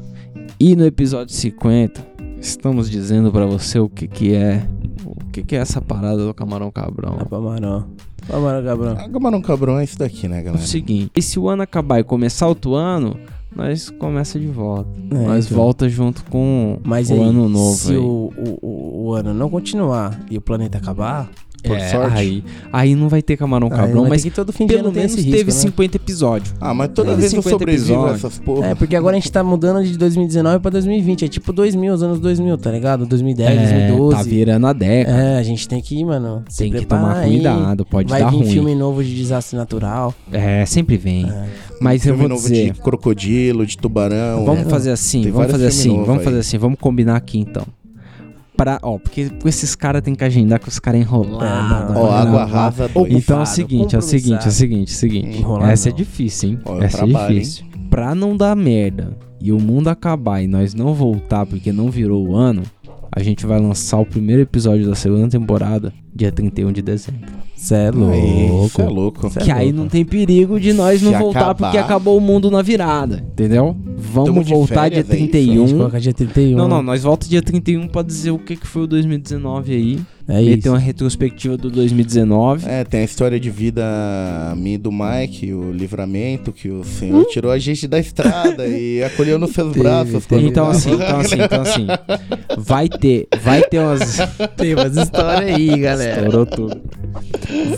S12: e no episódio 50, estamos dizendo pra você o que que é, o que que é essa parada do camarão cabrão.
S3: camarão. Camarão cabrão.
S1: Ah, Camarão cabrão é isso daqui, né,
S12: É o
S1: galera?
S12: seguinte, e se o ano acabar e começar outro ano, nós começa de volta.
S3: É,
S12: nós
S3: então.
S12: volta junto com
S3: Mas
S12: o
S3: aí,
S12: ano novo
S3: se
S12: aí.
S3: O, o- o- o ano não continuar e o planeta acabar,
S12: Por sorte. É, Aí, aí não vai ter camarão
S3: Aí
S12: cabrão,
S3: vai
S12: mas
S3: ter que todo fim de
S12: pelo
S3: ano tem
S12: menos
S3: esse
S12: teve
S3: risco, né?
S12: 50 episódios.
S1: Ah, mas toda
S12: Teve
S1: vez eu
S12: 50
S1: sobrevivo a
S12: episódios.
S1: essas porra.
S3: É, porque agora a gente tá mudando de 2019 pra 2020. É tipo 2000, os anos 2000, tá ligado? 2010,
S12: É,
S3: 2012.
S12: tá virando a década.
S3: É, a gente tem que ir, mano. É, se
S12: Tem que
S3: preparar
S12: tomar
S3: aí.
S12: cuidado, pode
S3: Vai
S12: dar
S3: vir
S12: ruim.
S3: filme novo de desastre natural.
S12: É, sempre vem. Mas eu
S1: Filme
S12: vou
S1: novo
S12: dizer,
S1: de crocodilo, de tubarão.
S12: Vamos
S1: né?
S12: fazer assim,
S1: Tem
S12: vamos
S1: vários
S12: fazer
S1: filme
S12: assim,
S1: novo
S12: vamos
S1: aí.
S12: fazer assim, vamos combinar aqui então. Pra, ó, porque com esses caras tem que agendar que os caras enrolaram.
S1: Ó, água rasa dois.
S12: Então é o
S1: Ocupado,
S12: seguinte, é o seguinte, é o seguinte, é o seguinte.
S1: Enrolar
S12: Essa é
S1: não.
S12: difícil, hein?
S1: Ó, eu
S12: Essa
S1: trabalho,
S12: é difícil. Pra não dar merda e o mundo acabar e nós não voltar porque não virou o ano, a gente vai lançar o primeiro episódio da segunda temporada dia 31 de dezembro. Cê é
S1: louco. cê é louco.
S12: Que aí não tem perigo de nós não
S1: Hum, Se
S12: voltar
S1: acabar-
S12: porque acabou o mundo na virada, entendeu?
S1: Tamo
S12: Vamos
S1: de
S12: voltar
S1: férias,
S12: dia
S1: é isso?
S12: 31.
S1: A gente coloca
S3: dia 31.
S12: Não, não, nós volta dia 31 pra dizer o que, que foi o 2019 aí.
S3: É
S12: Meter
S1: isso.
S12: uma retrospectiva do 2019.
S1: É, tem a história de vida minha e do Mike, o livramento que o senhor tirou a gente da estrada e acolheu nos seus braços.
S12: Tem-
S1: quando
S12: então
S1: tava-
S12: assim, então assim, então assim. Vai ter, vai ter umas
S3: Tem umas histórias aí, galera.
S12: Estourou tudo.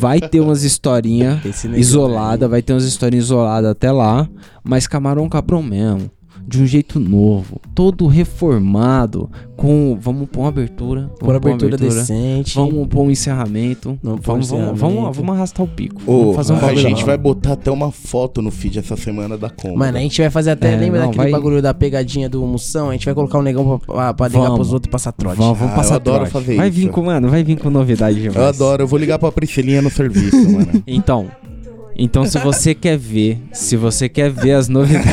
S12: Vai ter umas historinha
S3: negócio
S12: isolada, vai ter umas historinhas isoladas até lá, mas camarão cabrão mesmo. De um jeito novo, todo reformado, com. Vamos pôr uma abertura. vamos
S3: Por
S12: pôr uma
S3: abertura decente.
S12: Vamos pôr um encerramento.
S3: Não, pôr um
S12: vamos, Vamos, vamos,
S3: encerramento.
S12: vamos arrastar o pico.
S1: Ô,
S12: vamos fazer um
S1: a
S12: bagulho
S1: gente
S12: da
S1: vai
S12: hora.
S1: botar até uma foto no feed essa semana da compra.
S3: Mano, a gente vai fazer até.
S12: É,
S3: lembra
S12: não,
S3: daquele
S12: vai-
S3: bagulho da pegadinha do moção? A gente vai colocar o negão pra, pra, pra ligar
S12: Vamos.
S3: pros outros e passar trote.
S12: Vamos, vamos passar
S1: Ah, eu adoro
S12: trote.
S1: fazer
S12: vai
S1: isso.
S12: Vir com, mano, vai vir com novidade demais.
S1: Eu adoro, eu vou ligar pra Priscilinha no serviço, mano.
S12: Então, então se você quer ver, se você quer ver as novidades,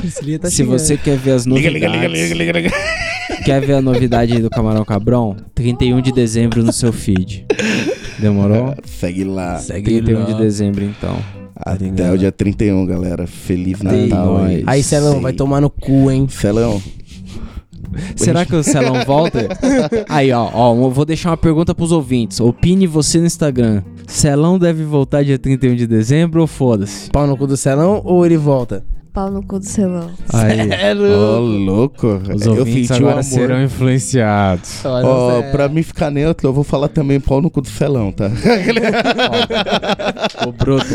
S3: Priscilinha tá
S12: se
S3: chegando.
S12: você quer ver as
S1: Liga,
S12: novidades,
S1: liga, liga, liga, liga, liga.
S12: quer ver a novidade do Camarão Cabrão, 31 de dezembro no seu feed. Demorou?
S1: Segue lá.
S12: 31 de dezembro então.
S1: Até o dia 31, galera. Feliz
S12: Tem
S1: Natal
S12: nós.
S1: aí.
S3: Aí, Celão, vai tomar no cu, hein?
S1: Celão.
S12: Será que o Celão volta? Aí, ó, ó, um, eu vou deixar uma pergunta pros ouvintes. Opine você no Instagram. Celão deve voltar dia 31 de dezembro ou foda-se?
S3: Pau no cu do Celão ou ele volta?
S15: Pau no cu do celão.
S12: Aí.
S1: Ô, louco.
S12: É Os
S1: eu
S12: ouvintes
S1: senti o
S12: agora
S1: amor.
S12: serão influenciados.
S1: Ó, pra mim ficar neutro, eu vou falar também pau no cu do Celão, tá?
S12: O Bruto.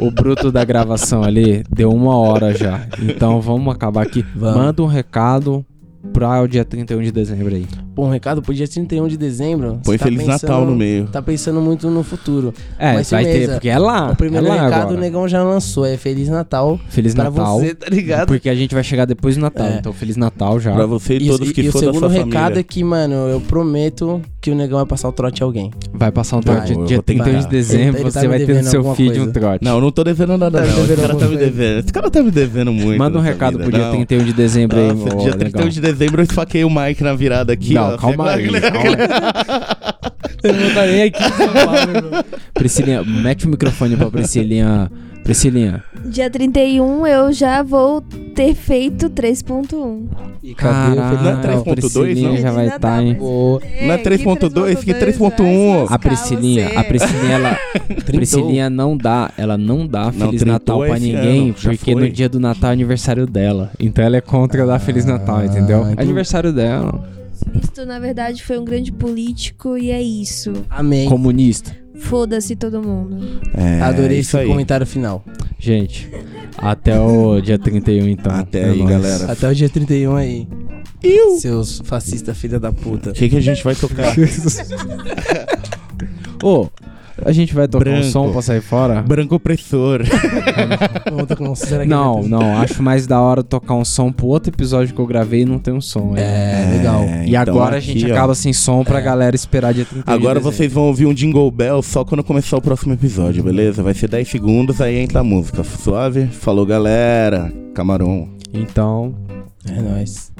S12: o Bruto da gravação ali deu uma hora já. Então vamos acabar aqui. Manda um recado pra o dia 31 de dezembro aí.
S3: pô, um recado pro dia 31 de dezembro.
S1: Põe
S3: você tá
S1: Feliz Natal no meio.
S3: Tá pensando muito no futuro.
S1: É, vai ter, porque é
S12: Ah,
S1: lá,
S3: O primeiro
S1: é lá
S3: recado
S1: agora.
S3: o negão já lançou, é Feliz Natal.
S12: Feliz
S3: pra
S12: Natal.
S3: você, tá ligado?
S12: Porque a gente vai chegar depois do Natal.
S3: É.
S12: Então, Feliz Natal já.
S1: Pra você e todos que
S3: e
S1: for
S3: o
S1: da
S3: segundo
S1: sua
S3: recado
S1: família.
S3: é que, mano, eu prometo que o negão vai passar o trote a alguém.
S12: Vai passar um
S3: Vai.
S12: trote
S3: Eu
S12: dia
S3: vou tentar.
S12: 31 de dezembro.
S3: Ele tá- ele tá
S12: você
S3: me
S12: vai ter no
S3: devendo
S12: seu
S3: alguma
S12: feed
S3: coisa.
S12: um trote.
S1: Não, eu não tô devendo nada,
S12: Tá
S1: não. Esse
S12: devendo
S1: cara tá me
S12: alguma coisa.
S1: devendo. Esse cara tá me devendo muito.
S12: Manda um
S1: nessa
S12: recado
S1: vida,
S12: pro dia
S1: não.
S12: 31 de um dezembro aí,
S1: Nossa,
S12: ô,
S1: dia
S12: legal.
S1: 31 de dezembro eu esfaquei o Mike na virada aqui.
S12: Não,
S1: ó.
S12: calma aí,
S1: Você-
S12: Eu não tá nem aqui em São Paulo, meu. Priscilinha, mete o microfone pra Priscilinha. Priscilinha.
S15: Dia 31 eu já vou ter feito 3.1.
S12: Cadê
S1: Não é 3.2, não?
S12: já vai estar, hein?
S1: Não é 3.2. Que 3.1?
S12: A Priscilinha, a Priscilinha, ela. Priscilinha não dá, ela não dá
S1: Não,
S12: Feliz
S1: trintou
S12: Natal pra
S1: esse
S12: ninguém,
S1: ano, já
S12: porque
S1: foi.
S12: no dia do Natal é aniversário dela. Então ela é contra dar Feliz Natal, entendeu? É aniversário dela.
S15: Isto, na verdade, foi um grande político e é isso.
S3: Amém.
S12: Comunista.
S15: Foda-se todo mundo.
S1: É,
S3: Adorei
S1: isso
S3: esse
S1: aí.
S3: comentário final.
S12: Gente, até o dia 31, então. Até
S1: aí, galera.
S3: Até o dia 31 aí. Seus fascistas, filha da puta. O
S1: que, que a gente vai tocar?
S12: Ô, a gente vai tocar um
S1: Branco.
S12: som pra sair fora?
S1: Branco opressor.
S12: Não, não, acho mais da hora tocar um som pro outro episódio que eu gravei e não tem um som. É,
S1: legal.
S12: E
S1: então
S12: agora a gente
S1: aqui, ó. É.
S12: acaba sem som pra galera esperar dia 31. de
S1: Agora
S12: dezembro.
S1: vocês vão ouvir um Jingle Bell só quando começar o próximo episódio, beleza? Vai ser 10 segundos, aí entra a música. Suave? Falou, galera. Camarão.
S12: Então.
S3: É nóis.